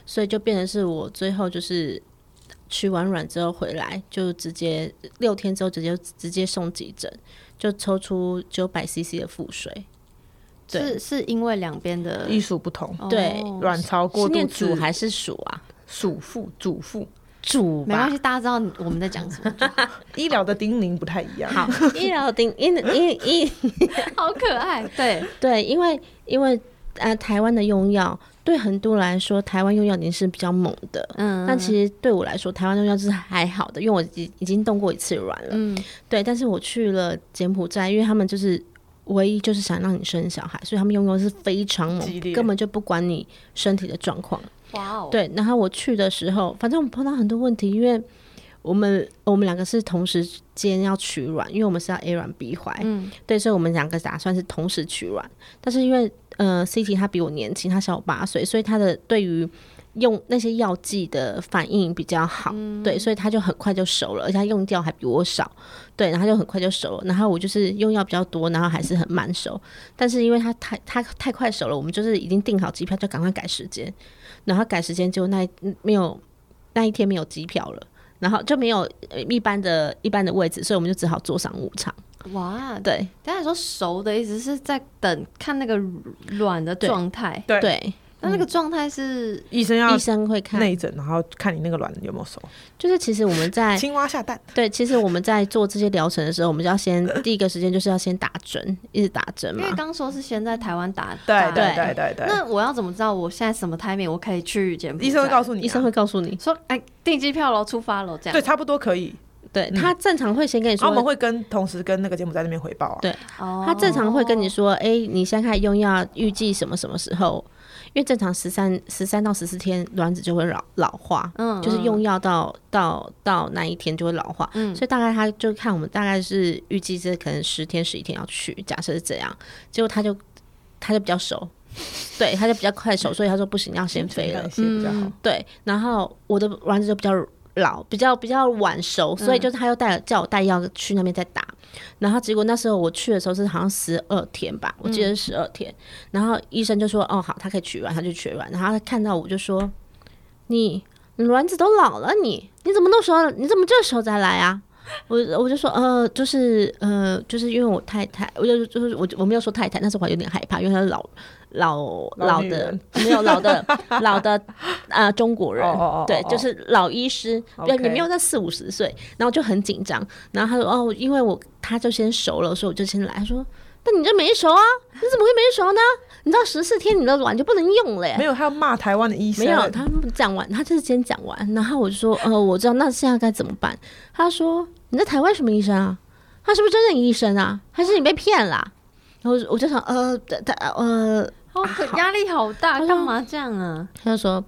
C: 所以就变成是我最后就是取完卵之后回来就直接六天之后直接直接送急诊，就抽出九百 CC 的腹水，对
A: 是是因为两边的
B: 艺术不同，
A: 哦
C: 对
B: 卵巢过
C: 嗯是
B: 度
C: 念
B: 刺
C: 主还是属啊？
B: 鼠妇、主妇，
C: 主
A: 没
C: 吧
A: 关系，大家知道我们在讲什么 就好，
B: 医疗的叮咛不太一样。
C: 好，医疗丁医医医
A: 好可爱。对，
C: 对，因为因为呃，台湾的用药对很多人来说，台湾用药你是比较猛的。
A: 嗯
C: 但其实对我来说，台湾用药是还好的，因为我已已经动过一次卵了。
A: 嗯，
C: 对，但是我去了柬埔寨，因为他们就是唯一就是想让你生小孩，所以他们用药是非常
B: 激
C: 猛
B: 烈，
C: 根本就不管你身体的状况。
A: 哇哦，
C: 对，然后我去的时候，反正我们碰到很多问题，因为我们我们两个是同时间要取卵，因为我们是要 A 卵 B 怀，
A: 嗯，
C: 对，所以我们两个打算是同时取卵，但是因为呃 CT 他比我年轻，他小我八岁，所以他的对于用那些药剂的反应比较好，对，所以他就很快就熟了，而且他用掉还比我少，对，然后他就很快就熟了。然后我就是用药比较多，然后还是很慢熟，但是因为他太他太快熟了，我们就是已经订好机票，就赶快改时间，然后改时间结果那一没有那一天没有机票了。然后就没有呃一般的一般的位置，所以我们就只好坐上午场。
A: 哇，
C: 对
A: 刚才说熟的意思是在等看那个卵的
C: 对
A: 状态，
B: 对
C: 对，
A: 那那个状态是
B: 医生要
C: 医生会看，
B: 内诊，然后看你那个卵有没有熟。
C: 就是其实我们在
B: 青蛙下蛋，
C: 对，其实我们在做这些疗程的时候，我们就要先第一个时间就是要先打针，一直打针
A: 因
C: 嘛
A: 为。刚说是先在台湾打，
B: 对
A: 打
B: 对
C: 嗯
B: 对
C: 对
B: 对对，
A: 那我要怎么知道我现在什么 timing 我可以去柬埔寨？
B: 医生会告诉你啊，
C: 医生会告诉你，
A: 说，哎，订机票喽，出发喽，这样
B: 对，差不多可以。啊
C: 对、他正常会先跟你
B: 然后我们
C: 说，
B: 会跟同时跟那个柬埔寨那边汇报啊。
C: 对
A: 哦，
C: 他正常会跟你说，哎、你现在开始用药，预计什么什么时候？因为正常十三十三到十四天，卵子就会老老化，
A: 嗯，嗯，
C: 就是用药到到到那一天就会老化，
A: 嗯
C: 所以大概他就看我们大概是预计是可能十天十一天要去，假设是这样，结果他就他就比较熟，对，他就比较快熟，所以他说不行，要先飞
B: 感
C: 了。嗯
B: 谢比较好。
C: 对，然后我的卵子就比较老，比较比较晚熟，
B: 嗯
C: 所以就是他又带叫我带药去那边再打。然后结果那时候我去的时候是好像十二天吧，我记得是
B: 嗯
C: 十二天。然后医生就说：“哦，好，他可以取卵，他就取卵。”然后他看到我就说：“你你卵子都老了，啊你你怎么那时候你怎么这时候才来啊？” 我我就说呃，就是呃，就是因为我太太，我就就是我我没有说太太，那时候我还有点害怕，因为她是老老
B: 老
C: 老
B: 女
C: 的
B: 人
C: 没有老的老的啊、呃中国人，
B: 哦哦哦
C: 对
B: 哦，
C: 就是老医师，对，
B: OK
C: 也没有到四五十岁，然后就很紧张，然后他说哦，因为我他就先熟了，所以我就先来，他说但你这没熟啊，你怎么会没熟呢？你到十四天你的卵就不能用了耶
B: 没。有，他要骂台湾的医生。
C: 没有，他们讲完，他就是先讲完，然后我就说，呃，我知道，那现在该怎么办？他说，你在台湾什么医生啊？他是不是真正医生啊？还是你被骗啦、然后我就我就想，呃，他他呃，
A: 好可哦压力好大，干嘛这样啊？
C: 他就说，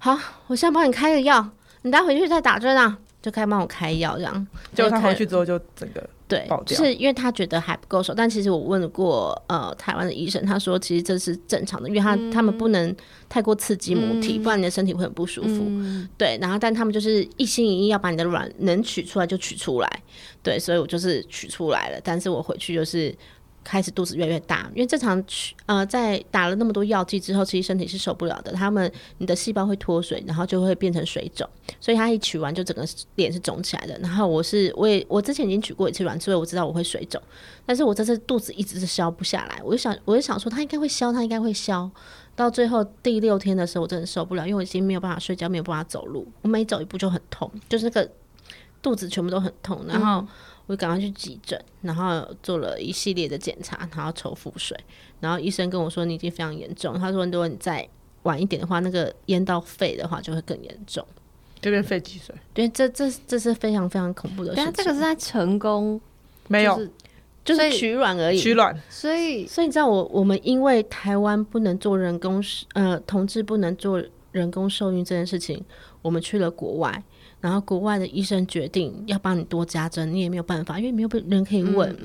C: 好，我现在帮你开个药，你待回去再打针啊，就开始帮我开药这样。
B: 结果他
C: 就开
B: 回去之后就整个
C: 对
B: 爆，
C: 就
B: 掉
C: 是因为他觉得还不够熟，但其实我问过呃台湾的医生，他说其实这是正常的，因为
B: 嗯
C: 他、他们不能太过刺激母体，不然你的身体会很不舒服。
B: 嗯
C: 对，然后但他们就是一心一意要把你的卵能取出来就取出来，对，所以我就是取出来了，但是我回去就是。开始肚子越来越大，因为正常取呃，在打了那么多药剂之后，其实身体是受不了的。他们你的细胞会脱水，然后就会变成水肿，所以他一取完就整个脸是肿起来的。然后我是我也我之前已经取过一次卵，所以我知道我会水肿，但是我这次肚子一直是消不下来。我就想，我就想说他应该会消，他应该会消。到最后第六天的时候，我真的受不了，因为我已经没有办法睡觉，没有办法走路，我每走一步就很痛，就是那个肚子全部都很痛。然后我就赶快去急诊，然后做了一系列的检查，然后抽腹水，然后医生跟我说你已经非常严重，他说如果你再晚一点的话，那个淹到肺的话就会更严重。
B: 这边肺积水，
C: 对，这这这是非常非常恐怖的事
A: 等下
C: 情。
A: 啊这个是在成功，
B: 没有
A: 就是
C: 就
A: 所
C: 是
A: 以
C: 取卵而已，
B: 取卵，
A: 所以
C: 所以你知道我我们因为台湾不能做人工呃同志不能做人工受孕这件事情，我们去了国外，然后国外的医生决定要帮你多加针，你也没有办法，因为没有人可以问。嗯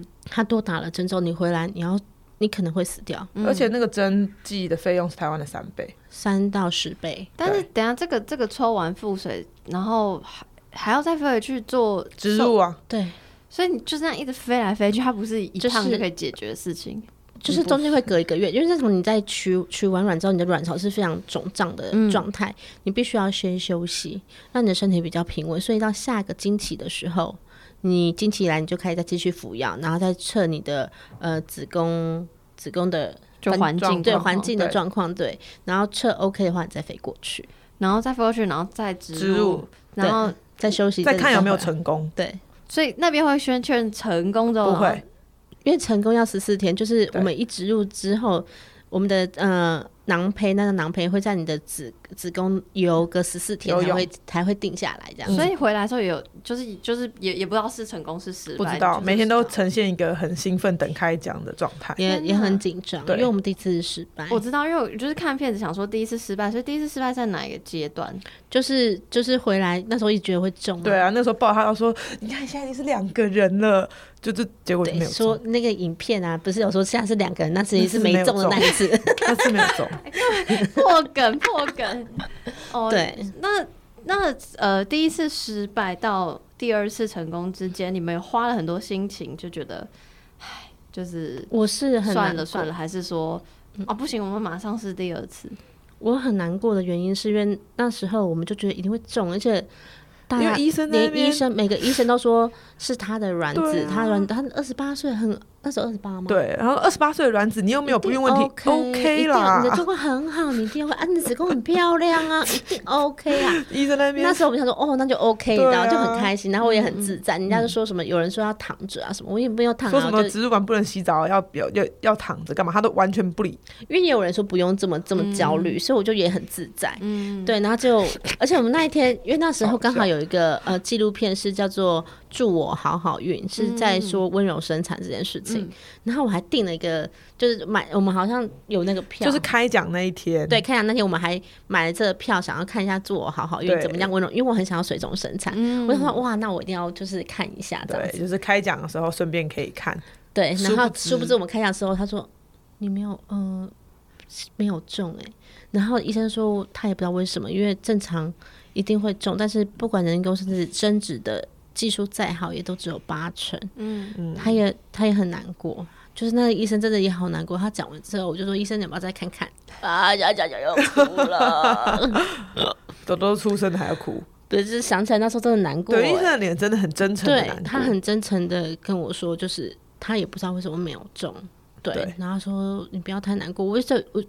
C: 嗯他多打了针之后，你回来你要你可能会死掉，
B: 而且那个针剂的费用是台湾的三倍，
C: 三到十倍。
A: 但是等下这个这个抽完腹水，然后还还要再飞回去做
B: 植入啊，
C: 对，
A: 所以你就这样一直飞来飞去，它不是一趟
C: 就是
A: 就可以解决的事情。
B: 嗯
C: 就是中间会隔一个月，因为为什么你在取取完卵之后，你的卵巢是非常肿胀的
B: 嗯
C: 状态，你必须要先休息，让你的身体比较平稳，所以到下一个经期的时候，你经期来你就开始再继续服药，然后再测你的呃子宫子宫的
A: 就环境
B: 状
C: 对
A: 状况
C: 环境的
B: 对
C: 状况对，然后测 OK 的话，你再飞过去，
A: 然后再飞过去，然后再植
B: 植入
A: 然后
C: 再休息，
B: 再看有没有
C: 回来
B: 成功，
C: 对。
A: 所以那边会宣劝成功之
C: 啊
A: 后
B: 不
A: 然
B: 会
A: 后，
C: 因为成功要十四天，就是我
B: 对
C: 们一植入之后，我们的呃囊胚，那个囊胚会在你的子子宫游个十四天
B: 游
C: 才
B: 泳嗯
C: 会才会定下来，这样子。
A: 所以回来的时候有就是就是也也不知道是成功是失败，
B: 不知
A: 就
B: 道，
A: 是
B: 每天都
A: 知道
B: 呈现一个很兴奋等开奖的状态。
C: 也
A: 天哪
C: 也很紧张，
B: 对
C: 因为我们第一次失败，
A: 我知道，因为我就是看片子想说第一次失败，所以第一次失败在哪一个阶 段？
C: 就是就是回来那时候一直觉得会中、啊，
B: 对啊，那时候抱他，他说：“你看现在你是两个人了。”就这结果就
C: 对
B: 没有
C: 说
B: 中，
C: 那个影片啊，不是有说下次两个人，那次
B: 那
C: 也
B: 次
C: 是
B: 没
C: 没
B: 有
C: 中的那一次，
B: 那次没有中。
A: 破梗破梗，哦，
C: 对，
A: 那那呃，第一次失败到第二次成功之间，你们有花了很多心情，就觉得，唉，就是
C: 我是很
A: 算
C: 难
A: 了
C: 过
A: 算了，还是说啊，不行，我们马上试第二次。
C: 我很难过的原因是因为那时候我们就觉得一定会中，而且 大
B: 因
C: 家
B: 为医生在那
C: 连
B: 边
C: 医生每个医生都说是他的卵
B: 对
C: 子
B: 啊，
C: 他的卵他二十八岁很那时候二十八吗？
B: 对，然后二十八岁的卵子你又没有不孕问题
C: OK 一定你的
B: 啦
C: 状。况很好，你一定会，啊，你的子宫很漂亮啊，一 定 OK 啊。
B: 医生在那边
C: 那时候我们想说，哦，那就 OK，
B: 对啊嗯
C: 然后就很开心，然后我也很自在。人家就说什么，有人说要躺着啊什么，我也没有躺
B: 说
C: 啊，
B: 什
C: 我
B: 么
C: 就
B: 植入完不能洗澡，要要要要躺着干嘛？他都完全不理。
C: 因为也有人说不用这么这么焦
B: 嗯
C: 虑，所以我就也很自在。嗯，对，然后 就，而且我们那一天，因为那时候刚好有一个呃纪录片是叫做《祝我好好运》，是在说温柔生产这件事
B: 嗯
C: 情。然后我还订了一个，就是买我们好像有那个票，
B: 就是开奖那一天，
C: 对，看一下那天我们还买了这个票，想要看一下祝我好好运
B: 对嗯
C: 怎么样温柔，因为我很想要水中生产，我就说哇，那我一定要就是看一下这样
B: 对，
C: 子。
B: 就是开奖的时候顺便可以看。
C: 对，然后
B: 殊不知
C: 殊不知我们看一下之后，他说你没有嗯。没有中哎、然后医生说他也不知道为什么，因为正常一定会中，但是不管人工生殖生殖的技术再好，也都只有八成。
A: 嗯，
C: 他也他也很难过，就是那个医生真的也好难过。他讲完之后，我就说医生你要不要再看看？啊，讲讲讲又哭了，
B: 豆豆出生还要哭，
C: 不是就是想起来那时候真的难过、
B: 对，医
C: 欸
B: 生的脸真的很真诚的
C: 对
B: 难过，
C: 他很真诚的跟我说，就是他也不知道为什么没有中，对，
B: 对
C: 然后说你不要太难过，我就我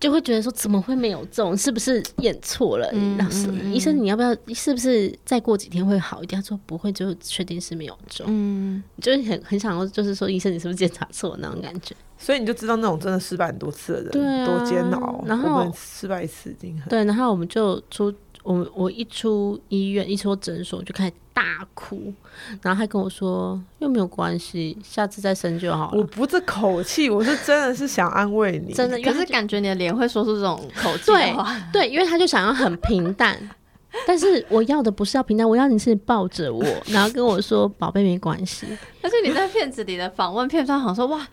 C: 就会觉得说怎么会没有中，是不是演错了？
A: 嗯
C: 老师、
A: 嗯嗯
C: 医生你要不要？是不是再过几天会好一点？他说不会，就确定是没有中，
A: 嗯，
C: 就是很很想要，就是说医生你是不是检查错那种感觉？
B: 所以你就知道那种真的失败很多次的人、
C: 对啊
B: 多煎熬。
C: 然后
B: 我们失败一次已 经很
C: 对，然后我们就出我我一出医院，一出诊所就开始大哭，然后他跟我说又没有关系，下次再生就好了
B: 我。不是口气，我是真的是想安慰你。
C: 真的，因为
A: 可
C: 他
A: 是
C: 就
A: 感觉你的脸会说出这种口气
C: 对
A: 的话，
C: 对，因为他就想要很平淡， 但是我要的不是要平淡，我要你是抱着我，然后跟我说宝贝没关 系，
A: 而且你在片子里的访问片段，好像说哇。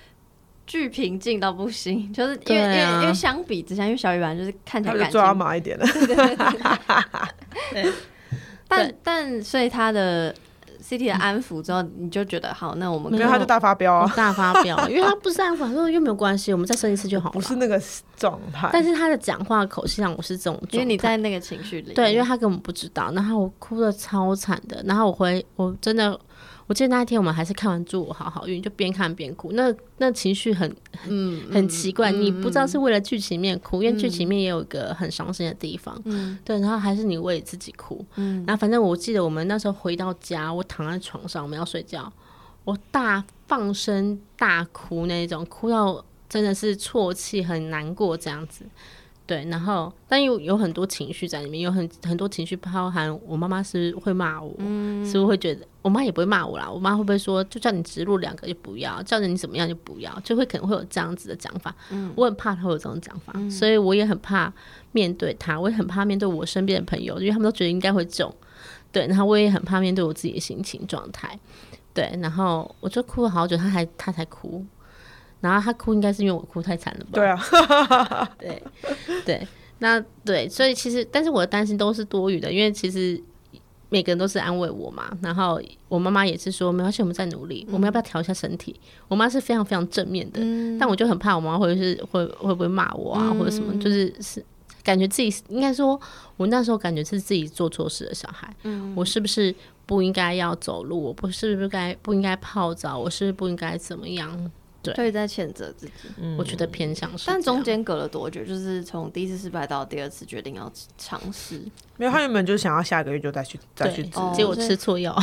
A: 巨平静到不行， 就是因为、
C: 对啊
A: 因为因为相比之下，因为小雨本来就是看起
B: 他
A: 来
B: 就
A: 感情
B: 抓麻一点了，
A: 但
C: 对
A: 但所以他的 CT 的安抚之后，你就觉得好，那我们
C: 没
A: 可
B: 没有
A: 以
B: 他就大发飙
C: 我
B: 啊，
C: 大发飙，因为他不是安抚，他说又没有关系，我们再生一次就好
B: 不是
C: 了。
B: 那个状态。
C: 但是他的讲话口气让我是这种状态，
A: 因为你在那个情绪里，
C: 对，因为他根本不知道，然后我哭的超惨的，然后我回我真的。我记得那一天我们还是看完《祝我好好运》，就边看边哭，那那情绪很
A: 嗯
C: 很奇怪，你不知道是为了剧情面哭，因为剧情面也有一个很伤心的地方，
A: 嗯
C: 对，然后还是你为自己哭，
A: 嗯
C: 然后反正我记得我们那时候回到家，我躺在床上，我们要睡觉，我大放声大哭那一种，哭到真的是啜泣，很难过这样子。对，然后但有有很多情绪在里面，有很很多情绪包含我妈妈是会骂我，
B: 嗯
C: 是不是会觉得我妈也不会骂我啦？我妈会不会说就叫你植入两个就不要，叫着你怎么样就不要，就会可能会有这样子的讲法。
B: 嗯
C: 我很怕她会有这种讲法，所以我也很怕面对她，我也很怕面对我身边的朋友，因为他们都觉得应该会中。对，然后我也很怕面对我自己的心情状态。对，然后我就哭了好久，她还她才哭，然后她哭应该是因为我哭太惨了吧？
B: 对啊，
C: 对对，那对，所以其实，但是我的担心都是多余的，因为其实每个人都是安慰我嘛。然后我妈妈也是说，没关系，我们再努力，我们要不
A: 嗯
C: 要调一下身体？我妈是非常非常正面的，但我就很怕我妈会是会会不会骂我啊，或者什么，
A: 嗯
C: 就是是。感觉自己应该说，我那时候感觉是自己做错事的小孩。嗯，我是不是不应该要走路？我不是不是该不应该泡澡？我是不是不应该怎么样？
A: 所以在谴责自己。
C: 我觉得偏向是这样。
A: 但中间隔了多久？就是从第一次失败到第二次决定要尝试，
B: 没有他原本就想要下个月就再去再
C: 对
B: 去治，
A: 哦
C: 结果吃错药。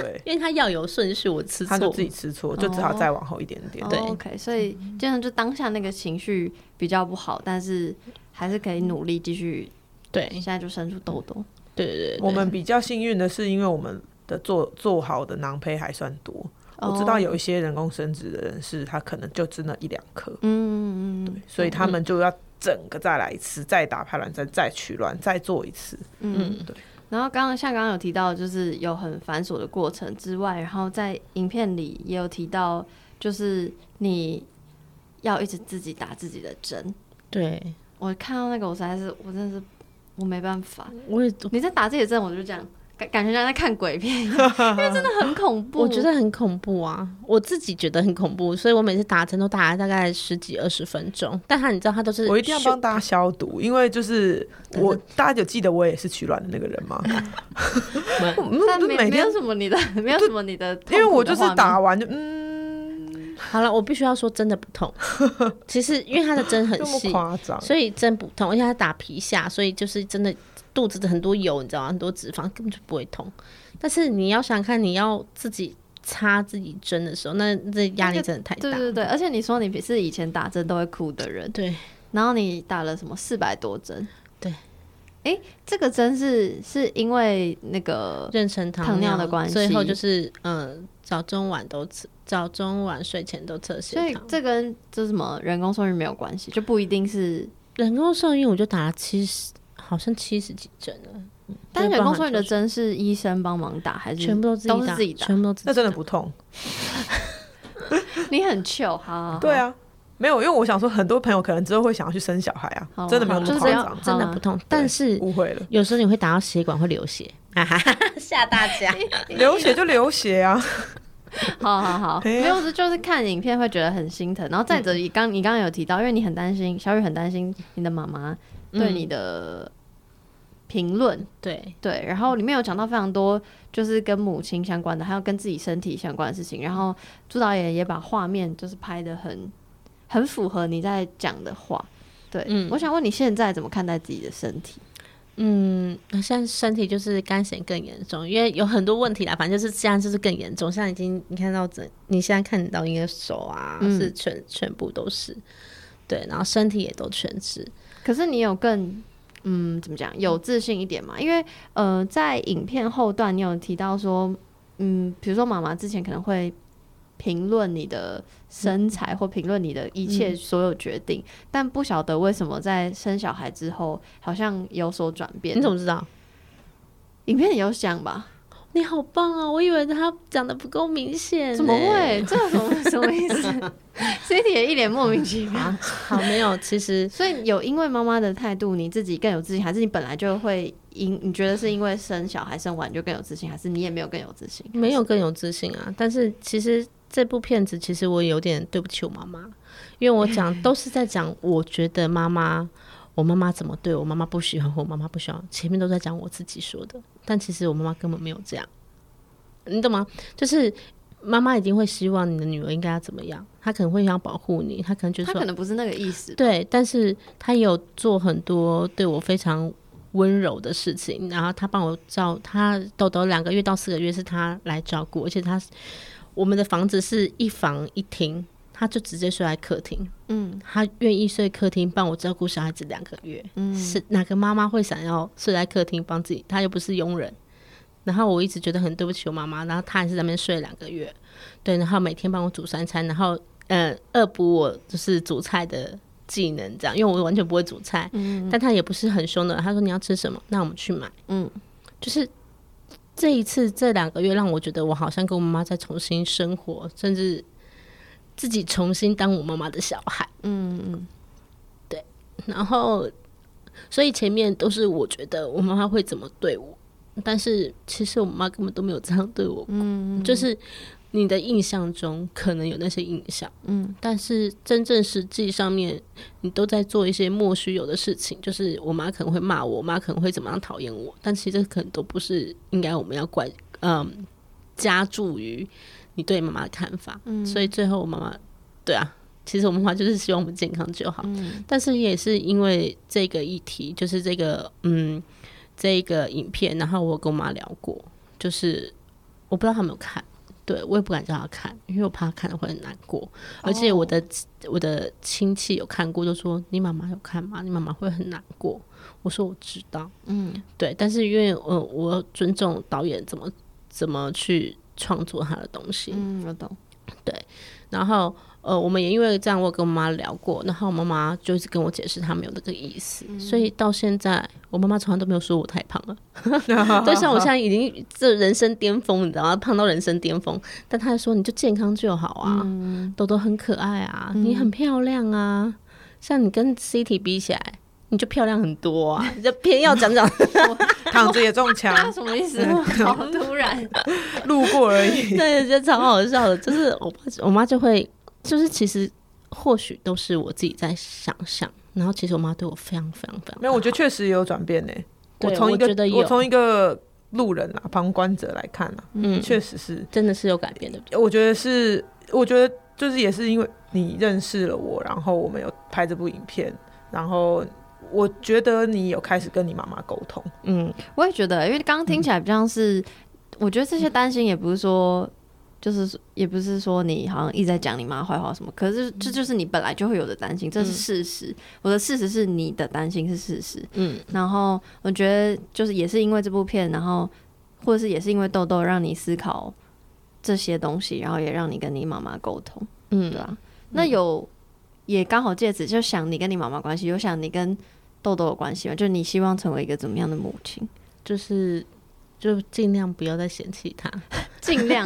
B: 对，
C: 因为他药有顺序，我吃
B: 他就
C: 错
B: 自。己吃错，就只好再往后一点点。
C: 对
A: 哦 OK，所以这样就当下那个情绪比较不好，但是还是可以努力继续。
C: 对
A: 现在就生出痘痘，
C: 对对对，
B: 我们比较幸运的是，因为我们的做做好的囊胚还算多。我
A: 哦
B: 知道有一些人工生殖的人士，他可能就只那一两颗，
A: 嗯嗯嗯
B: 所以他们就要整个再来一次，再打排卵针，再取卵，再做一次。
A: 嗯，
B: 对。
A: 然后刚刚像刚刚有提到，就是有很繁琐的过程之外，然后在影片里也有提到，就是你要一直自己打自己的针。
C: 对，
A: 我看到那个，我实在是，我真的是，我没办法。
C: 我也
A: 你在打自己的针，我就这样，感感觉像在看鬼片一 样，因为真的很恐怖。
C: 我觉得很恐怖啊，我自己觉得很恐怖，所以我每次打针都打了大概十几二十分钟，但他你知道他都是
B: 我一定要
C: 咻
B: 帮大家消毒，因为就是我大家有记得我也是取卵的那个人吗？嗯
A: 但
B: 就
A: 没
B: 每
A: 没有
B: 天
A: 什么你的，没有什么你的痛苦的画面，
B: 因为我就是打完就嗯，
C: 好了，我必须要说真的不 痛，其实因为他的针很
B: 这么
C: 细，
B: 夸张，
C: 所以针不痛，而且他打皮下，所以就是真的肚子很多油，你知道吗？很多脂肪根本就不会痛，但是你要想看你要自己插自己针的时候，那这压力真的太大，
A: 对对对，而且你说你是以前打针都会哭的人，
C: 对
A: 然后你打了什么四百多针？
C: 对。
A: 哎，这个针是是因为那个
C: 妊娠糖
A: 糖尿的关系
C: 最后就是嗯，早中晚都测，早中晚睡前都测血
A: 所以
C: 糖。
A: 这跟这什么人工受孕没有关系，就不一定是。
C: 人工受孕我就打了七十，好像七十几针了，嗯
A: 但是人工受孕的
C: 包含
A: 针是医生帮忙打，还是
C: 全部都自己
A: 都是
C: 打，
A: 自 己打？
C: 全部都自己打。
B: 那真的不痛。
A: 你很糗，好好好
B: 对，啊，没有，因为我想说，很多朋友可能之后会想要去生小孩
A: 好
B: 啊，
A: 啊
B: 真的没有
A: 好啊
B: 那
C: 就
B: 么
C: 是
B: 夸
C: 不
A: 要
B: 张，
C: 真的
A: 好啊
C: 不痛，但是
B: 误会了，
C: 有时候你会打到血管会流血，啊 哈哈，吓大 家。
B: 流血就流血啊，
A: 好好好，
B: 哎呀
A: 没有，是就是看影片会觉得很心疼。然后再者，你刚你刚刚有提到，因为你很担心，小雨很担心你的妈妈对你的评论，
C: 对，
A: 对，然后里面有讲到非常多，就是跟母亲相关的，还有跟自己身体相关的事情。然后朱导演也把画面就是拍的很很符合你在讲的话。对，
C: 嗯
A: 我想问你现在怎么看待自己的身体？
C: 嗯，现在身体就是肝炎更严重，因为有很多问题啦，反正就是现在就是更严重，现在已经你看到整，你现在看到你的手啊，
A: 嗯
C: 是全全部都是，对，然后身体也都全是，
A: 可是你有更嗯怎么讲有自信一点嘛？因为呃，在影片后段你有提到说，嗯，比如说妈妈之前可能会评论你的身
C: 嗯
A: 材或评论你的一切所有决定，但不晓得为什么在生小孩之后好像有所转变。
C: 你怎么知道？
A: 影片有讲吧？
C: 你好棒哦！我以为他讲的不够明显，
A: 怎么？会？这有什么什么意 思？Cindy 也一脸莫名其妙。
C: 啊好，没有，其实
A: 所以有因为妈妈的态度，你自己更有自信，还是你本来就会因？你觉得是因为生小孩生完你就更有自信，还是你也没有更有自信？
C: 没有更有自信啊。但是其实这部片子，其实我有点对不起我妈妈，因为我讲都是在讲，我觉得妈妈，我妈妈怎么对我，妈妈不喜欢我，妈妈不喜欢我，前面都在讲我自己说的，但其实我妈妈根本没有这样，你懂吗？就是。妈妈一定会希望你的女儿应该要怎么样，她可能会想保护你，她可能觉得
A: 他
C: 说
A: 可能不是那个意思。
C: 对，但是他也有做很多对我非常温柔的事情，然后他帮我照他豆豆两个月到四个月是他来照顾，而且他我们的房子是一房一厅，他就直接睡在客厅，
A: 嗯
C: 他愿意睡客厅帮我照顾小孩子两个月，
A: 嗯，
C: 是哪个妈妈会想要睡在客厅帮自己？她又不是佣人。然后我一直觉得很对不起我妈妈，然后她还是在那边睡了两个月，对，然后每天帮我煮三餐，然后呃恶补我就是煮菜的技能这样，因为我完全不会煮菜，但她也不是很凶的，她说你要吃什么，那我们去买，
A: 嗯，
C: 就是这一次这两个月让我觉得我好像跟我妈妈在重新生活，甚至自己重新当我妈妈的小孩，
A: 嗯嗯，
C: 然后，所以前面都是我觉得我妈妈会怎么对我，但是其实我妈根本都没有这样对我过。
A: 嗯
C: 就是你的印象中可能有那些印象，嗯，但是真正实际上面，你都在做一些莫须有的事情，就是我妈可能会骂我，我妈可能会怎么样讨厌我，但其实这可能都不是应该我们要怪，嗯，加注于你对妈妈的看法，嗯，所以最后我妈妈，对啊。其实我妈妈就是希望我们健康就好，但是也是因为这个议题，就是这个嗯，这个影片，然后我跟我妈聊过，就是我不知道她有没有看，对我也不敢叫她看，因为我怕她看了会很难过。而且我的、我的亲戚有看过，就说你妈妈有看吗？你妈妈会很难过。我说我知道，嗯，对，但是因为呃，我尊重导演怎么怎么去创作他的东西，
A: 嗯，我 懂。
C: 然后呃，我们也因为这样，我有跟我妈聊过，然后我妈妈就是跟我解释她没有这个意思，所以到现在我妈妈从来都没有说我太胖了。 对，像我现在已经这人生巅峰，你知道吗？胖到人生巅峰，但她还说你就健康就好啊，豆豆很可爱啊，你很漂亮啊，像你跟 C T 比起来。你就漂亮很多啊！你就偏要讲讲，
B: 躺着也中枪，
A: 那什么意思？好突然。
B: 路过而已。
C: 对，觉得超好笑的。就是我爸我妈就会，就是其实或许都是我自己在想象，然后其实我妈对我非常非常非常
B: 没有，我觉得确实也有转变呢。
C: 对
B: 从一个
C: 我觉得有
B: 我从一个路人啊、旁观者来看啊，
C: 嗯，
B: 确实是，
C: 真的是有改变的。
B: 我觉得是，我觉得就是也是因为你认识了我，然后我们有拍这部影片，然后我觉得你有开始跟你妈妈沟通，
C: 嗯，
A: 我也觉得，因为刚刚听起来比较像是，我觉得这些担心也不是说，就是也不是说你好像一直在讲你妈坏话什么，可是这就是你本来就会有的担心，这是事实。我的事实是你的担心是事实，
C: 嗯，
A: 然后我觉得就是也是因为这部片，然后或者是也是因为豆豆让你思考这些东西，然后也让你跟你妈妈沟通，
C: 嗯
A: 对啊，那有也刚好借此就想你跟你妈妈关系，有想你跟豆豆有关系吗？就是你希望成为一个怎么样的母亲？
C: 就是就尽量不要再嫌弃他，
A: 尽 量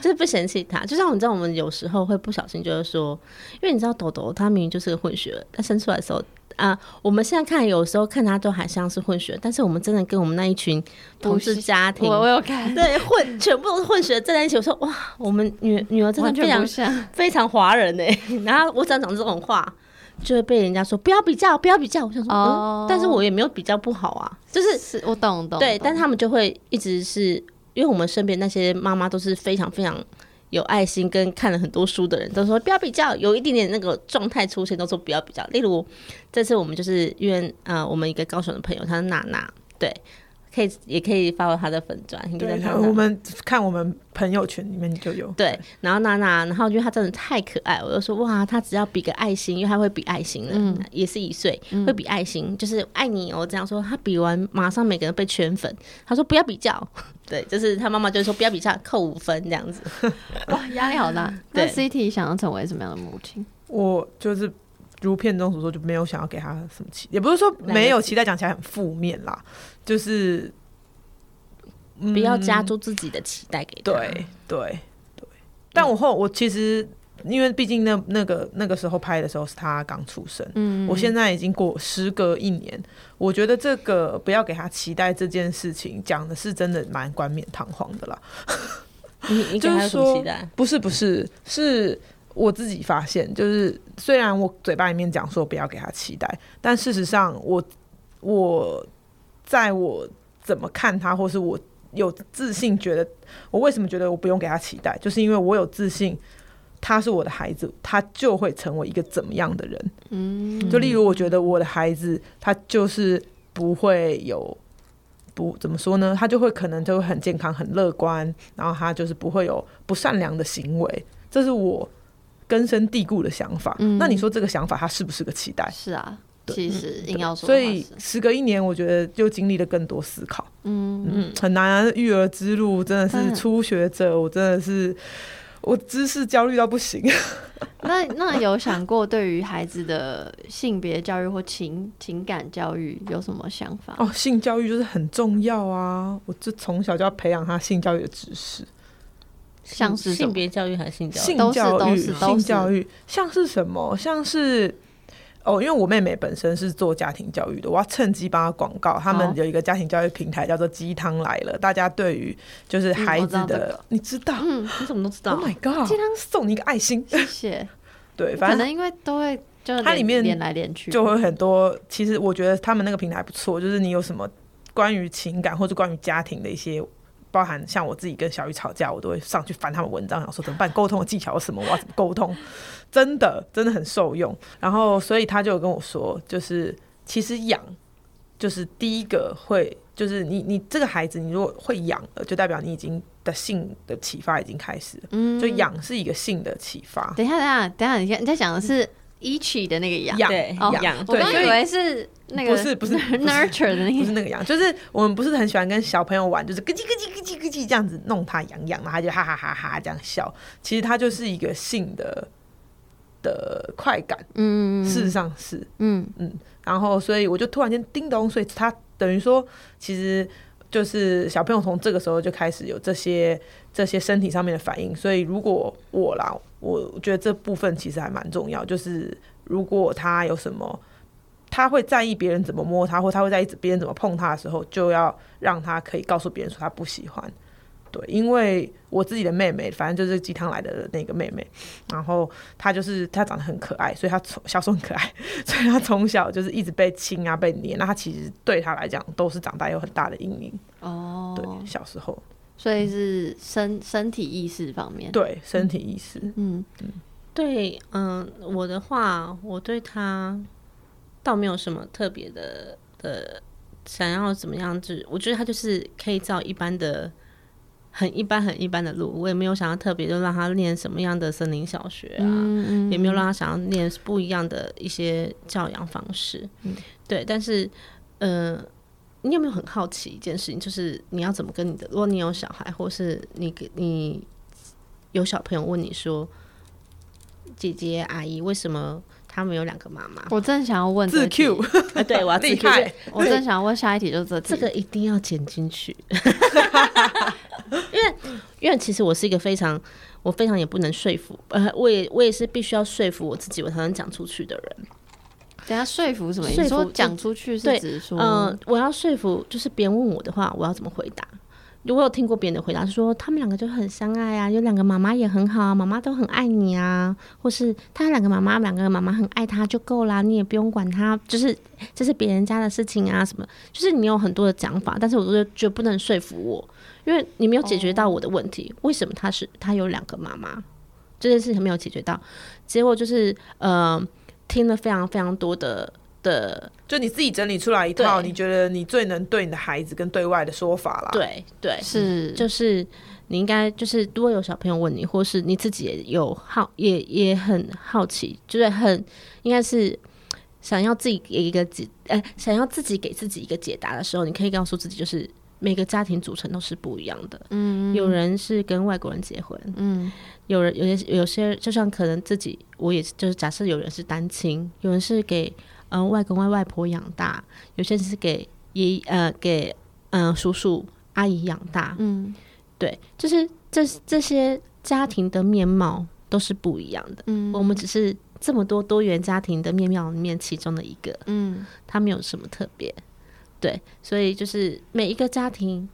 C: 就是不嫌弃他。就像你知道，我们有时候会不小心就是说，因为你知道豆豆他明明就是个混血儿，他生出来的时候。啊、我们现在看，有时候看他都还像是混血儿，但是我们真的跟我们那一群同
A: 不
C: 志
A: 是
C: 家庭
A: 我，我有看，
C: 对混全部都是混血站在一起，我说哇，我们女女儿真的
A: 完
C: 非
A: 全
C: 常
A: 不像。
C: 非常华人哎、 然后我只要讲这种话，就会被人家说不要比较，不要比较。我想说，
A: 哦
C: 嗯，但是我也没有比较不好啊，就是
A: 是我懂懂，
C: 对，
A: 懂
C: 但他们就会一直是因为我们身边那些妈妈都是非常非常。有爱心跟看了很多书的人都说不要比较，有一点点那个状态出现都说不要比较。例如这次我们就是因为呃，我们一个高雄的朋友，她是娜娜，对，可以也可以发到她的粉砖，你可以
B: 对
C: 叫她，娜娜
B: 我们看我们朋友圈里面就有。
C: 对，然后娜娜，然后因为她真的太可爱，我就说哇，她只要比个爱心，因为她会比爱心的，也是一岁，会比爱心，就是爱你哦这样说。她比完马上每个人被圈粉，她说不要比较， 对，就是她妈妈就说不要比较，扣五分这样子。
A: 哇压力好大。那
C: 对
A: CT 想要成为什么样的母亲？
B: 我就是如片中所说，就没有想要给他什么期，也不是说没有期待，讲起来很负面啦，就是、嗯
C: 不要加注自己的期待给她。
A: 啊
B: 对对对。但我后我其实因为毕竟那那个那个时候拍的时候是他刚出生，
A: 嗯，
B: 我现在已经过时隔一年，我觉得这个不要给他期待这件事情，讲的是真的蛮冠冕堂皇的啦。
C: 你你给
B: 就是
C: 她有什么
B: 说
C: 期待？
B: 不是不是，是我自己发现，就是虽然我嘴巴里面讲说不要给他期待，但事实上我我在我怎么看他，或是我有自信觉得我为什么觉得我不用给他期待，就是因为我有自信。他是我的孩子，他就会成为一个怎么样的人？
A: 嗯
B: 就例如，我觉得我的孩子，他就是不会有不怎么说呢？他就会可能就会很健康、很乐观，然后他就是不会有不善良的行为，这是我根深蒂固的想法。
A: 嗯
B: 那你说这个想法，它是不是个期待？
A: 是啊，
B: 对
A: 其实硬要说的
B: 所
A: 话
B: 以
A: 是，
B: 时隔一年，我觉得又经历了更多思考。
A: 嗯
B: 嗯，很难啊，育儿之路真的
A: 当
B: 是
A: 然
B: 初学者，我真的是我知识焦虑到不行。
A: 那那有想过对于孩子的性别教育或情情感教育有什么想法？
B: 哦，性教育就是很重要啊！我就从小就要培养他性教育的知识。
A: 像是什
C: 性
A: 么
C: 别教育还是性教育？
B: 性
A: 都是
B: 教
A: 都
B: 育，
A: 是都
B: 性
A: 是
B: 教育像是什么？像是哦，因为我妹妹本身是做家庭教育的，我要趁机帮她广告。他
A: 好
B: 们有一个家庭教育平台叫做“鸡汤来了”，大家对于就是
A: 嗯
B: 孩
A: 我
B: 子
A: 知道这
B: 的，
A: 个
B: 你知道、
A: 嗯，
C: 你怎么都知道
B: o h？my God！
A: 鸡
B: 送你一个爱心，
A: 谢谢。
B: 对， 反
A: 可
B: 正
A: 能因为都会就是
B: 它
A: 连
B: 里面
A: 连来连去，
B: 就会很多。其实我觉得他们那个平台不错，就是你有什么关于情感或者关于家庭的一些。包含像我自己跟小雨吵架，我都会上去翻他们文章，想说怎么办，沟通的技巧是什么，我要怎么沟通，真的真的很受用。然后，所以他就有跟我说，就是其实养，就是第一个会，就是你你这个孩子，你如果会养了，就代表你已经的性的启发已经开始了，
A: 嗯
B: 就。养是一个性的启发，
A: 等一下，等一下，等一下，你看你在讲的是一起的那个养，
B: 养
C: 对
A: 哦，
C: 养
A: 我
B: 嗯对
A: 刚
B: 所
A: 以
B: 以
A: 为是那个
B: 不是不是
A: nurture 的那
B: 不
A: 个
B: 是那个样，就是我们不是很喜欢跟小朋友玩，就是咯叽咯叽咯叽咯叽这样子弄他痒痒，然后他就哈哈哈哈这样笑。其实他就是一个性的的快感，
A: 嗯，
B: 事实上是。
A: 嗯
B: 然后所以我就突然间叮咚，所以他等于说，其实就是小朋友从这个时候就开始有这些这些身体上面的反应。所以如果我啦，我觉得这部分其实还蛮重要，就是如果他有什么。他会在意别人怎么摸他，或他会在意别人怎么碰他的时候，就要让他可以告诉别人说他不喜欢。对，因为我自己的妹妹，反正就是鸡汤来的那个妹妹，然后她就是她长得很可爱，所以她从小时候很可爱，所以他从小就是一直被亲啊，被黏。那他其实对他来讲都是长大有很大的阴影。
A: 哦，
B: 对，小时候
A: 所以是身身体意识方面，
B: 对身体意识，
A: 嗯
C: 对，嗯、我的话，我对他倒没有什么特别的的想要怎么样子，我觉得他就是可以照一般的、很一般、很一般的路，我也没有想要特别就让他念什么样的森林小学啊，
A: 嗯嗯，。
C: 也没有让他想要念不一样的一些教养方式。对，但是，呃，你有没有很好奇一件事情，就是你要怎么跟你的，如果你有小孩，或是你给你有小朋友问你说，姐姐阿姨为什么他们有两个妈妈
A: 我正想要问这
B: 自
A: 题
B: Q
C: 啊对，我要自己
B: 厉害，
A: 我正想要问下一题，就是这题
C: 这个一定要剪进去， 因为因为其实我是一个非常我非常也不能说服，呃，我也我也是必须要说服我自己，我才能讲出去的人。
A: 等下说服什么意思？
C: 说
A: 你
C: 服
A: 说讲出去是
C: 对
A: 指说，
C: 嗯、我要说服，就是别人问我的话，我要怎么回答？如果有听过别人的回答，说他们两个就很相爱啊，有两个妈妈也很好啊，妈妈都很爱你啊，或是他两个妈妈，两个妈妈很爱他就够啦，你也不用管他，就是这是别人家的事情啊，什么，就是你有很多的讲法，但是我就就不能说服我，因为你没有解决到我的问题，为什么他是他有两个妈妈，这件事情没有解决到，结果就是呃，听了非常非常多的的
B: 就你自己整理出来一套，
C: 对
B: 你觉得你最能对你的孩子跟对外的说法啦。，
C: 对对，
A: 是
C: 就是你应该就是，如果有小朋友问你，或是你自己也有好，也也很好奇，就是很应该是想要自己给一个解，呃，想要自己给自己一个解答的时候，你可以告诉自己，就是每个家庭组成都是不一样的。嗯，有人是跟外国人结婚，嗯，有人有些有些，就像可能自己，我也是就是假设有人是单亲，有人是给嗯、呃外公外外婆养大，有些是给爷呃给嗯、呃叔叔阿姨养大，
A: 嗯
C: 对，就是这这些家庭的面貌都是不一样的。
A: 嗯
C: 我们只是这么多多元家庭的面貌里面其中的一个，
A: 嗯
C: 它没有什么特别。对，所以就是每一个家庭，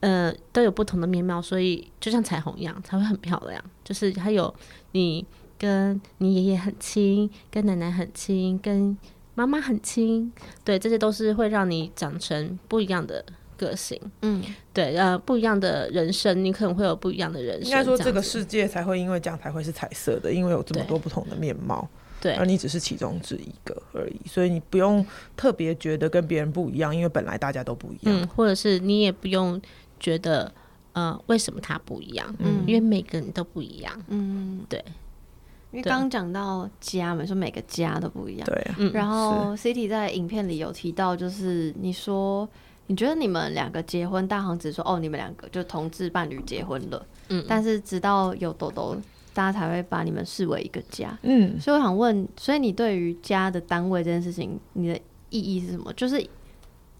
C: 呃，都有不同的面貌，所以就像彩虹一样，才会很漂亮。就是它有你跟你爷爷很亲，跟奶奶很亲，跟妈妈很亲，对，这些都是会让你长成不一样的个性。
A: 嗯，
C: 对，呃，不一样的人生，你可能会有不一样的人
B: 应
C: 生。
B: 该说
C: 这
B: 这
C: 样
B: 个
C: 子
B: 世界才会因为这样才会是彩色的，因为有这么
C: 对
B: 多不同的面貌，
C: 对
B: 而你只是其中之一个而已，所以你不用特别觉得跟别人不一样，因为本来大家都不一样。
C: 嗯，或者是你也不用觉得呃，为什么他不一样？
A: 嗯
C: 因为每个人都不一样。
A: 因为
C: 对
A: 刚刚讲到家嘛，说每个家都不一样。
B: 对啊，
C: 嗯
A: 然后 City 在影片里有提到，就是你说你觉得你们两个结婚，大行只说哦，你们两个就同志伴侣结婚了，
C: 嗯
A: 但是直到有豆豆，大家才会把你们视为一个家。
B: 嗯，
A: 所以我想问，所以你对于家的单位这件事情，你的意义是什么？就是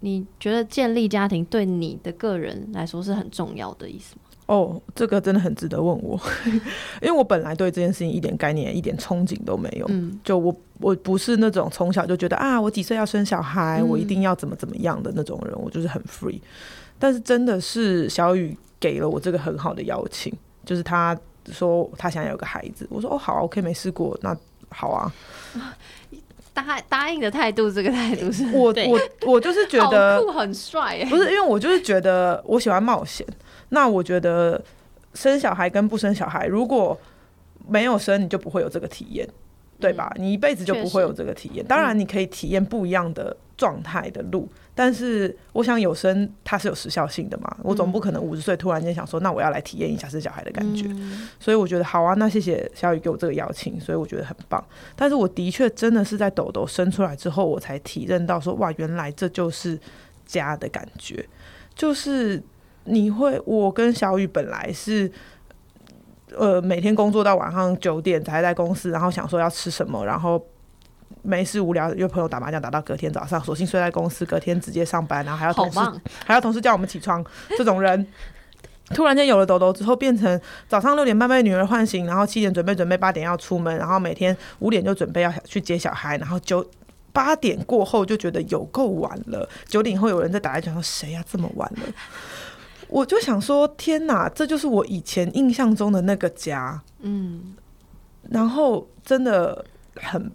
A: 你觉得建立家庭对你的个人来说是很重要的意思吗？
B: 哦，这个真的很值得问我， 因为我本来对这件事情一点概念、一点憧憬都没有。
A: 嗯
B: 就我我不是那种从小就觉得啊，我几岁要生小孩，
A: 嗯
B: 我一定要怎么怎么样的那种人，我就是很 free。但是真的是小雨给了我这个很好的邀请，就是他说他想要有个孩子，我说哦好啊，OK 没试过，那好啊。
A: 答答应的态度，这个态度是
B: 我
C: 对
B: 我我就是觉得
A: 好酷很帅耶。
B: 不是，因为我就是觉得我喜欢冒险。那我觉得生小孩跟不生小孩，如果没有生，你就不会有这个体验，对吧？你一辈子就不会有这个体验。当然，你可以体验不一样的状态的路，但是我想有生它是有时效性的嘛。我总不可能五十岁突然间想说，那我要来体验一下生小孩的感觉。所以我觉得好啊，那谢谢小雨给我这个邀请，所以我觉得很棒。但是我的确真的是在豆豆生出来之后，我才体认到说，哇，原来这就是家的感觉，就是你会，我跟小雨本来是。呃，每天工作到晚上九点才在公司，然后想说要吃什么，然后没事无聊约朋友打麻将，打到隔天早上，索性睡在公司，隔天直接上班，然后还要
A: 好
B: 同事
A: 棒！
B: 还要同事叫我们起床，这种人。突然间有了豆豆之后，变成早上六点半被女儿唤醒，然后七点准备准备，八点要出门，然后每天五点就准备要去接小孩，然后九八点过后就觉得有够晚了，九点以后有人在打来讲说谁呀、这么晚了，我就想说天哪，这就是我以前印象中的那个家，
A: 嗯，
B: 然后真的很，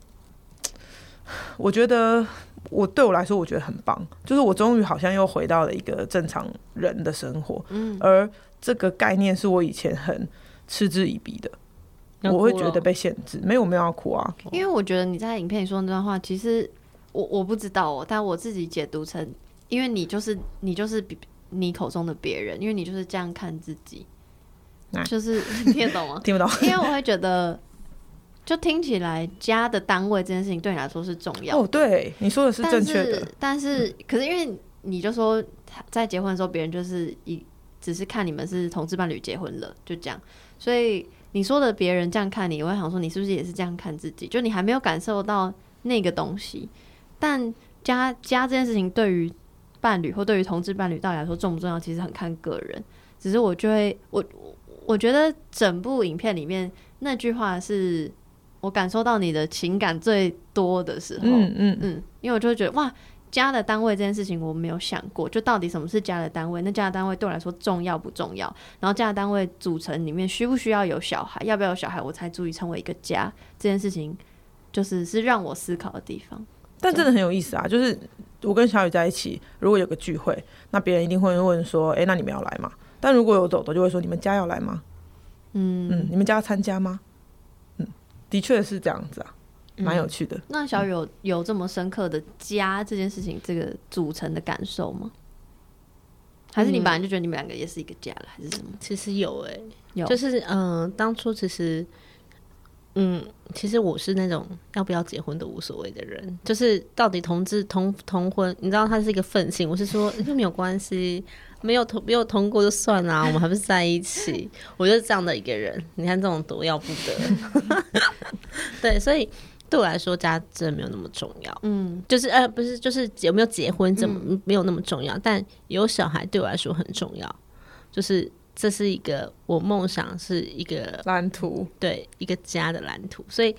B: 我觉得我对我来说，我觉得很棒，就是我终于好像又回到了一个正常人的生活，嗯，而这个概念是我以前很嗤之以鼻的，
C: 要
B: 我会
C: 哭
B: 觉
C: 了
B: 得被限制，没有没有要哭啊，
A: 因为我觉得你在影片里说那段话，其实我我不知道哦，但我自己解读成，因为你就是你就是比你口中的别人，因为你就是这样看自己
B: 啊，
A: 就是 你听得懂吗？
B: 哦听不懂，
A: 因为我会觉得，就听起来家的单位这件事情对你来说是重要，
B: 哦，对，你说的是正
A: 但
B: 确的
A: 是，但是可是因为你就说他在结婚的时候，别人就是一只是看你们是同志伴侣结婚了，就这样，所以你说的别人这样看你，我会想说你是不是也是这样看自己？就你还没有感受到那个东西，但家家这件事情对于伴侣或对于同志伴侣到底来说重不重要，其实很看个人。只是我就会我我我觉得整部影片里面那句话是我感受到你的情感最多的时候，
B: 嗯嗯，
A: 嗯，因为我就会觉得哇，家的单位这件事情我没有想过，就到底什么是家的单位？那家的单位对我来说重要不重要？然后家的单位组成里面需不需要有小孩？要不要有小孩？我才足以成为一个家这件事情，就是是让我思考的地方。
B: 但真的很有意思啊！就是我跟小雨在一起，如果有个聚会，那别人一定会问说：“哎、那你们要来吗？”但如果有豆豆，就会说：“你们家要来吗？”嗯嗯，你们家要参加吗？嗯，的确是这样子啊，蛮有趣的。
A: 那小雨有有这么深刻的家这件事情这个组成的感受吗？还是你本来就觉得你们两个也是一个家了，还是什么？
C: 其实有哎、
A: 有
C: 就是嗯、呃当初其实，嗯，其实我是那种要不要结婚都无所谓的人，就是到底同志同同婚，你知道它是一个愤性，我是说又没有关系，没有 通没有通过就算啦、我们还不是在一起，我就是这样的一个人。你看这种多要不得，对，所以对我来说家真的没有那么重要。
A: 嗯，
C: 就是呃，不是，就是有没有结婚怎么、没有那么重要，但有小孩对我来说很重要，就是这是一个我梦想是一个
B: 蓝图，
C: 对一个家的蓝图，所以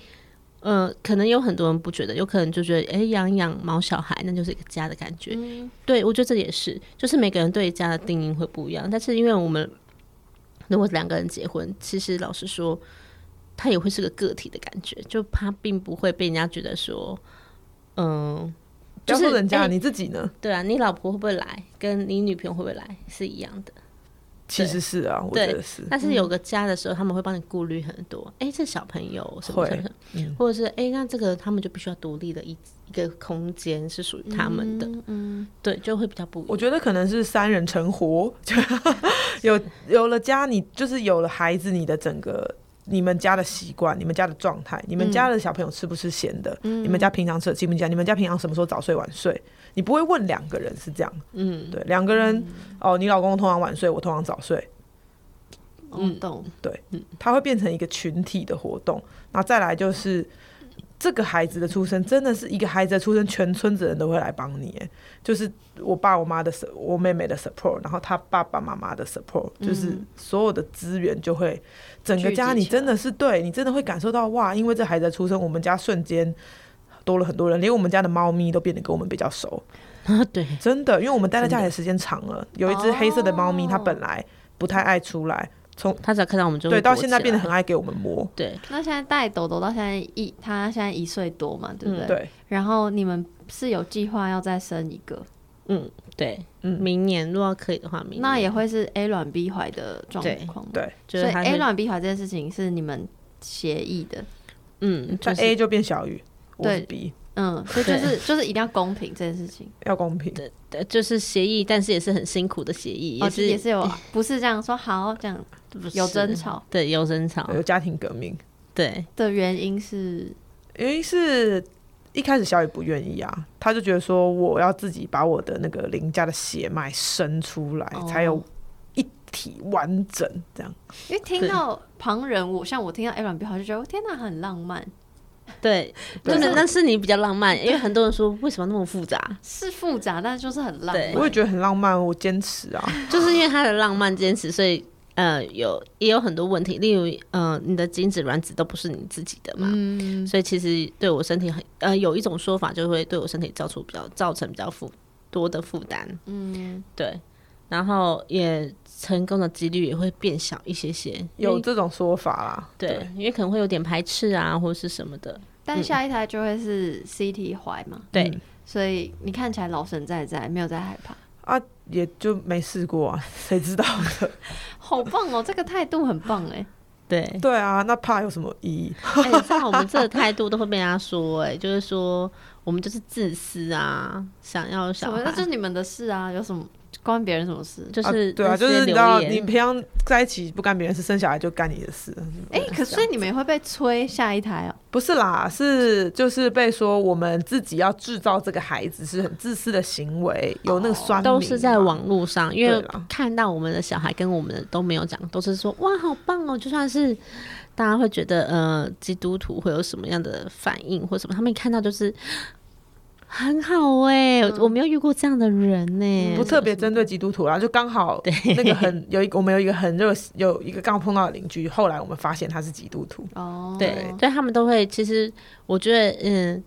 C: 呃，可能有很多人不觉得，有可能就觉得哎，养养毛小孩那就是一个家的感觉，对我觉得这也是，就是每个人对家的定义会不一样，但是因为我们如果两个人结婚，其实老实说。他也会是个个体的感觉，就他并不会被人家觉得说，嗯，
B: 不要
C: 就是
B: 说人家、
C: 哎
B: 你自己呢，
C: 对啊，你老婆会不会来，跟你女朋友会不会来是一样的。
B: 其实是啊，我
C: 对
B: 觉得是。
C: 但是有个家的时候，他们会帮你顾虑很多。哎、这小朋友什么
B: 会
C: 什么什
B: 嗯
C: 么，或者是哎、那这个他们就必须要独立的一一个空间是属于他们的，
A: 嗯嗯
C: 对，就会比较不一样。
B: 我觉得可能是三人成活， 就有有了家，你就是有了孩子，你的整个你们家的习惯、你们家的状态、你们家的小朋友吃不吃咸的、
C: 嗯
B: 你们家平常吃的清不清淡、你们家平常什么时候早睡晚睡，你不会问两个人是这样，
C: 嗯，
B: 对，两个人、哦，你老公通常晚睡，我通常早睡，
A: 我哦懂。
B: 它会变成一个群体的活动。那再来就是这个孩子的出生，真的是一个孩子的出生，全村子人都会来帮你。哎就是我爸我妈的 sup- 我妹妹的 support，然后他爸爸妈妈的 support，就是
A: 嗯
B: 所有的资源就会整个
A: 聚
B: 家，
A: 集
B: 你
A: 起来
B: 真的是对你真的会感受到哇，因为这孩子的出生，我们家瞬间。多了很多人，连我们家的猫咪都变得跟我们比较熟，
C: 啊， 对，
B: 真的，因为我们待在家里的时间长了。有一只黑色的猫咪，它
A: 哦
B: 本来不太爱出来，
C: 他只要看到我们就会
B: 对，到
C: 躲
B: 现在
C: 起
B: 变得
C: 来
B: 很爱给我们摸。
C: 对，
A: 那现在带豆豆到现在一，他现在一岁多嘛，对不对？
C: 嗯
B: 对，
A: 然后你们是有计划要再生一个，
C: 嗯，对，
B: 嗯
C: 明年如果可以的话，明年
A: 那也会是 A 卵 B 怀的状况吗。
B: 对
C: 就
A: 所
C: 是
A: 以
C: 他
A: A
C: 会
A: 卵 B 怀这件事情是你们协议的，
C: 嗯，就
B: 但
C: 是
B: A 就变小于，我是
A: 对
B: B，
A: 嗯，所以就
C: 对
A: 是就是一定要公平这件事情，
B: 要公平。
C: 呃就是协议，但是也是很辛苦的协议，
A: 哦，
C: 也
A: 就是
C: 是
A: 也是有，不是这样说好这样
C: 不是
A: 有争，吵
C: 对，有争吵，
B: 有家庭革命，
C: 对，
A: 的原因是，
B: 原因是一开始小雨不愿意啊，他就觉得说我要自己把我的那个邻家的血脉生出来，
A: 哦
B: 才有一体完整这样。
A: 因为听到旁人我像我听到 A 卵 B 怀就觉得哦天哪很浪漫，
C: 对，
B: 对
C: 就是但是你比较浪漫，因为很多人说为什么那么复杂，
A: 是复杂，但是就是很浪
C: 对
B: 我
A: 漫
B: 也。觉得很浪漫，我坚持啊。
C: 就是因为他的浪漫坚持，所以呃有也有很多问题，例如呃你的精子卵子都不是你自己的嘛，
A: 嗯，
C: 所以其实对我身体很呃有一种说法，就会对我身体造出比较造成比较负多的负担，嗯，对，然后也成功的几率也会变小一些些，因
B: 有
C: 为
B: 这种说法啦，
C: 对，因为可能会有点排斥啊或者是什么的，
A: 但下一胎就会是 CT 怀嘛，
C: 对，
A: 所以你看起来老神在在，没有在害怕，
B: 啊，也就没试过啊， 谁 知道的？
A: 好棒哦！这个态度很棒哎，
C: 对，
B: 对啊，那怕有什么意义？
C: 哎、你知道我们这个态度都会被人家说、哎，就是说我们就是自私啊，想要有
A: 什
C: 小
A: 么？
C: 孩
A: 那，就是你们的事啊，有什么？关别人什么事？
C: 就
B: 啊
C: 是、
B: 对啊，就是你
C: 留
B: 知道，你
C: 言，
B: 平常在一起不干别人事，生小孩就干你的事，
A: 哎、可是你们也会被催下一台哦、
B: 不是啦，是就是被说我们自己要制造这个孩子是很自私的行为，有那个酸民
C: 哦都是在
B: 嘛
C: 网络上，因
B: 对啊
C: 为
B: 啦
C: 看到我们的小孩跟我们的都没有讲，都是说哇好棒哦，就算是大家会觉得呃基督徒会有什么样的反应或什么，他们一看到就是很好哎、我没有遇过这样的人欸
B: 嗯
C: 呢、
B: 不特别针对基督徒啦，就刚好那个 很有一个我们有一个很热有一个刚好碰到的邻居，后来我们发现他是基督徒，
A: 哦，
C: 对，对他们都会。其实我觉得，嗯，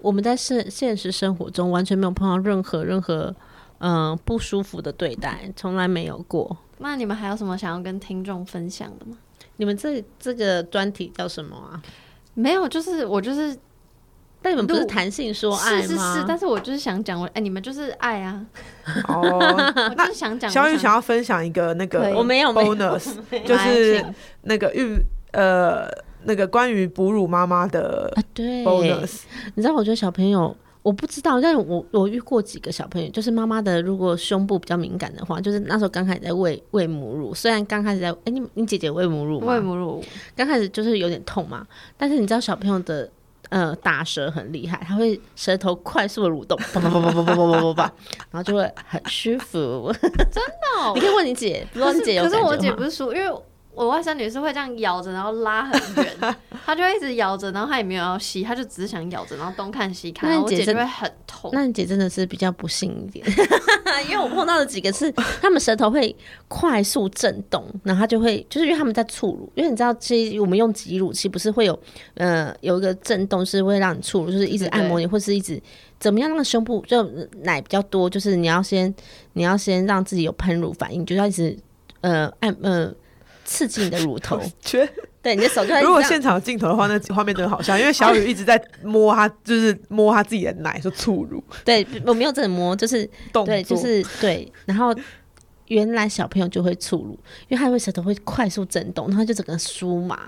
C: 我们在现现实生活中完全没有碰到任何任何嗯、呃不舒服的对待，从来没有过。
A: 那你们还有什么想要跟听众分享的吗？
C: 你们这这个专题叫什么啊？
A: 没有，就是我就是
C: 但你们不是
A: 录
C: 谈性说爱
A: 是
C: 吗？
A: 是是，但是我就是想讲，我哎、你们就是爱 啊，
B: 哦，
A: 我就是想讲。
B: 小雨
A: 我
B: 想要分享一个那
A: 可
B: 个
A: 以
C: 我没有 没有
B: bonus，
A: 来
B: 就是
A: 请
B: 那个育呃那个关于哺乳妈妈的
C: 啊，对
B: bonus，
C: 你知道，我觉得小朋友，我不知道，但我我遇过几个小朋友，就是妈妈的如果胸部比较敏感的话，就是那时候刚开始在喂喂母乳，虽然刚开始在，哎、你你姐姐喂母乳吗？
A: 喂母乳，
C: 刚开始就是有点痛嘛，但是你知道小朋友的呃打舌很厉害，他会舌头快速的蠕动，叭叭叭叭叭叭叭叭叭，然后就会很舒服。
A: no，
C: 你可以问你姐，不知道你姐有
A: 可是
C: 感觉
A: 我姐
C: 吗
A: 不是说，因为我外甥女是会这样咬着，然后拉很 远，她就会一直咬着，然后她也没有要吸，她就只是想咬着，然后东看西看，
C: 那
A: 然
C: 你
A: 后我
C: 姐
A: 姐就
C: 真
A: 会很痛。
C: 那你姐真的是比较不幸一点， 因为我碰到的几个是，他们舌头会快速震动，然后它就会，就是因为他们在触乳，因为你知道，其实我们用挤乳器不是会有，呃，有一个震动是会让你触乳，就是一直
A: 对对
C: 按摩你，或是一直怎么样让胸部就奶比较多，就是你要先你要先让自己有喷乳反应，就是要一直呃按呃刺激你的乳 头，
B: 觉得
C: 对，你的手就会一 直
B: 如果
C: 这样
B: 现场有镜头的话，那画面真的好像，因为小雨一直在摸她，就是摸她自己的奶，说触乳
C: 对，我没有整摸，就是
B: 动作，
C: 对，就是对。然后原来小朋友就会触乳，因为他会舌头会快速震动，然后就整个酥麻，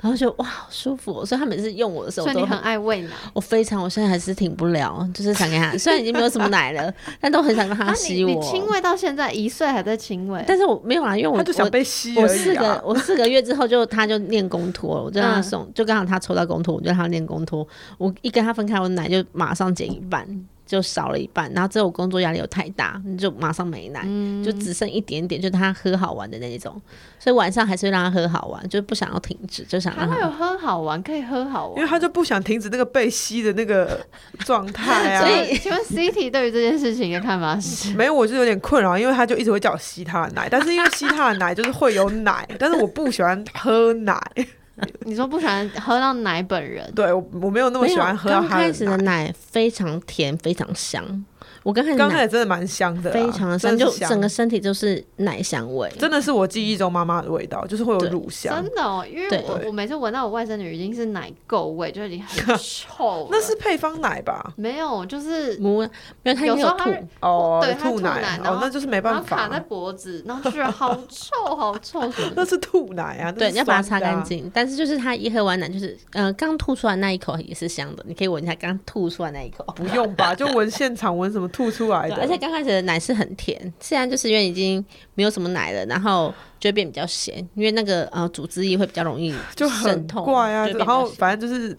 C: 然后就哇好舒服哦、所以他每次用我的时候，
A: 所
C: 我
A: 以
C: 都
A: 你很爱喂奶，
C: 我非常，我现在还是挺不了，就是想给他，虽然已经没有什么奶了，但都很想让他
A: 啊你
C: 吸我。
A: 你亲喂到现在一岁还在亲喂，
C: 但是我没有啦，因为我
B: 她就想
C: 我
B: 被吸而已、啊。
C: 我四个，我四个月之后就他就念公托，我就
A: 嗯
C: 让他送，就刚好他抽到公托，我就让他念公托。我一跟他分开，我奶就马上减一半，就少了一半。然后之后我工作压力又太大，就马上没奶，
A: 嗯
C: 就
B: 嗯
C: 只剩一点点，就他喝好玩的那一种。所以晚上还是会让他喝好玩，就不想要停止，就想
A: 还
C: 让
A: 会有
C: 他。
A: 喝好玩，可以喝好
B: 因为
A: 玩。
B: 他就不想停止那个被吸的那个状态啊。
C: 所以
A: 呃请问 City 对于这件事情的看法 是？
B: 没有，我是有点困扰，因为他就一直会叫我吸他的奶，但是因为吸他的奶就是会有奶，但是我不喜欢喝奶，
A: 你说不喜欢喝到奶本人，
B: 对我我没有那么
C: 没
B: 喜
C: 有，
B: 欢喝到
C: 刚
B: 他
C: 开始
B: 的
C: 的
B: 奶。
C: 奶非常甜，非常香。我刚开始
B: 刚开
C: 奶
B: 始真的蛮香的啊，
C: 非常的香，
B: 真
C: 就
B: 的是
C: 整个身体就是奶香味。
B: 真的是我记忆中妈妈的味道，就是会有
C: 对
B: 乳香
A: 真，的哦，因为
C: 对
A: 我我每次闻到我外甥女已经是奶垢味，就已经 很臭了。
B: 那是配方奶吧？
A: 没有，就是
C: 母，因为他
A: 有
C: 也
A: 时
C: 有
A: 候他
C: 吐，
B: 哦
A: 对，她
B: 吐
A: 吐奶然
B: 哦
A: 后，
B: 那就是没
A: 然
B: 办
A: 后卡
B: 法
A: 在
B: 啊，
A: 脖子，然后去了好臭，好臭什么
B: 那
A: 的。
B: 是吐奶啊，那
C: 对，
B: 是
C: 你要把它擦
B: 酸的啊
C: 干。净。但是就是它一喝完奶，就是呃，刚吐出来那一口也是香的，你可以闻一下刚吐出来那一口。
B: 不用吧？就闻现场闻什么吐出来
C: 对，
B: 的，
C: 而且刚开始的奶是很甜，现在就是因为已经没有什么奶了，然后就会变比较咸，因为那个呃组织液会比较容易
B: 就
C: 渗
B: 很
C: 透，
B: 怪啊。
C: 就
B: 然
C: 会变比较
B: 后
C: 咸
B: 反正就是，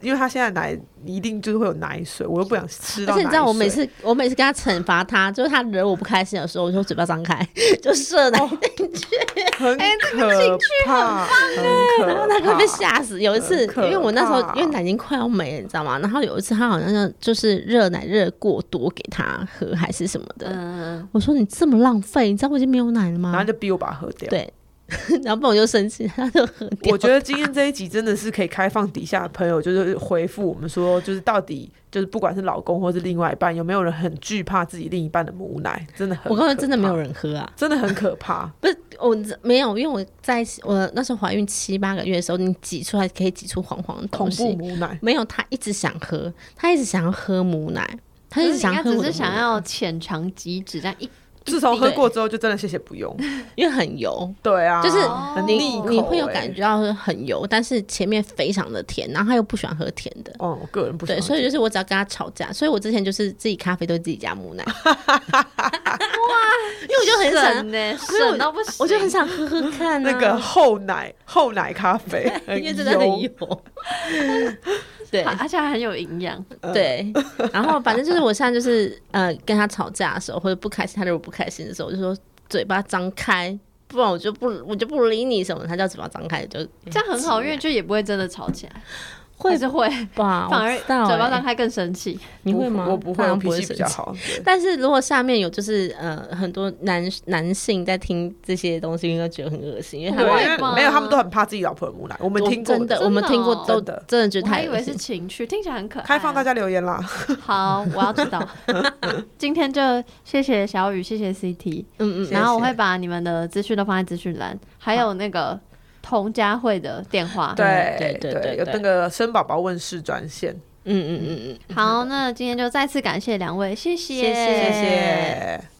B: 因为他现在奶一定就是会有奶水，我又不想吃到
C: 而
B: 奶
C: 且
B: 水。
C: 你知道，我每次我每次跟他惩罚他，就是他惹我不开心的时候，我就嘴巴张开 就射 奶，
B: 哦很
A: 哎
B: 可怕，很
C: 然后
B: 可
C: 他快被
B: 怕。
C: 吓死。有一次，
B: 很可
C: 因为我那时候
B: 怕
C: 因为奶已经快要没了，你知道吗？然后有一次他好像就是热奶热过多给他喝还是什么的，
A: 嗯，
C: 我说你这么浪费，你知道我已经没有奶了吗？
B: 然后就逼我把它喝掉。
C: 对， 然后不然我就生气，他就喝掉。
B: 我觉得今天这一集真的是可以开放底下的朋友，就是回复我们说，就是到底就是不管是老公或是另外一半，有没有人很惧怕自己另一半的母奶？真的很，
C: 我刚才真的没有，人喝啊，
B: 真的很可 怕。
C: 不是哦我没有，因为我在我那时候怀孕七八个月的时候，你挤出来可以挤出黄黄的
B: 恐
C: 东
B: 怖
C: 西，
B: 母奶，
C: 没有，他一直想喝，他一直想要喝母奶，他一直
A: 应
C: 想
A: 该
C: 喝
A: 只
C: 我的
A: 是
C: 母
A: 想
C: 奶。嗯
A: 要浅尝即止，这样一
B: 自从喝过之后，就真的谢谢不 用。
C: 因为很油，
B: 对啊，
C: 就是
A: 很
C: 你
A: 腻口
C: 你会有感
B: 觉。
C: 觉到很油，但是前面非常的甜，然后他又不喜欢喝甜的。
B: 哦，我个人不喜
C: 对，
B: 欢
C: 所以就是我只要跟他吵架，所以我之前就是自己咖啡都是自己加母奶，哇，因为我就很想，
A: 省呢，
C: 为我
A: 省到不行，
C: 我就很想喝喝看、啊、
B: 那个厚奶厚奶 咖啡，
C: 因为真的很
B: 油。
C: 油。对
A: 而且还很有营养。
C: 对，然后反正就是我现在就是呃跟他吵架的时候，或者不开心，他如果不开心的时候，我就说嘴巴张开，不然我就不我就不理你什么的，他叫嘴巴张开就
A: 这样很好，因为就也不会真的吵起来，
C: 会
A: 还是 会，
C: 吧，
A: 反
C: 我
A: 而
C: 不知道
A: 嘴巴
C: 欸
A: 张开更生气。
C: 你会吗？
B: 我不会，
C: 当
B: 我
C: 然
B: 脾气
C: 生
B: 比较
C: 气。
B: 好。对
C: 但是如果下面有就是呃很多男男性在听这些东西，应该觉得很恶心， 因为他
A: 不
B: 对，
A: 会
B: 因为
A: 吗
B: 没有，他们都很怕自己老婆的母奶。我们
C: 我
B: 听过
C: 真的，
A: 真
C: 我们
A: 的
C: 听过
A: 哦
C: 都
B: 真的
C: 真的觉得
A: 我还
C: 太
A: 以
C: 恶
A: 为是
C: 心。
A: 情趣，听起来很可爱。啊
B: 开放大家留言啦。
A: 好，我要知 道。今天就谢谢小雨，谢谢 CT，
C: 嗯嗯，
B: 谢
A: 然后我会把你们的资讯都放在资讯栏，还有那个童佳慧的电话。
B: 哎对
C: 对对对
B: 有
C: 对
B: 那个生宝宝问世专线，
C: 嗯嗯嗯嗯嗯。
A: 好，那今天就再次感谢两位，谢谢，
C: 谢谢
B: 谢谢。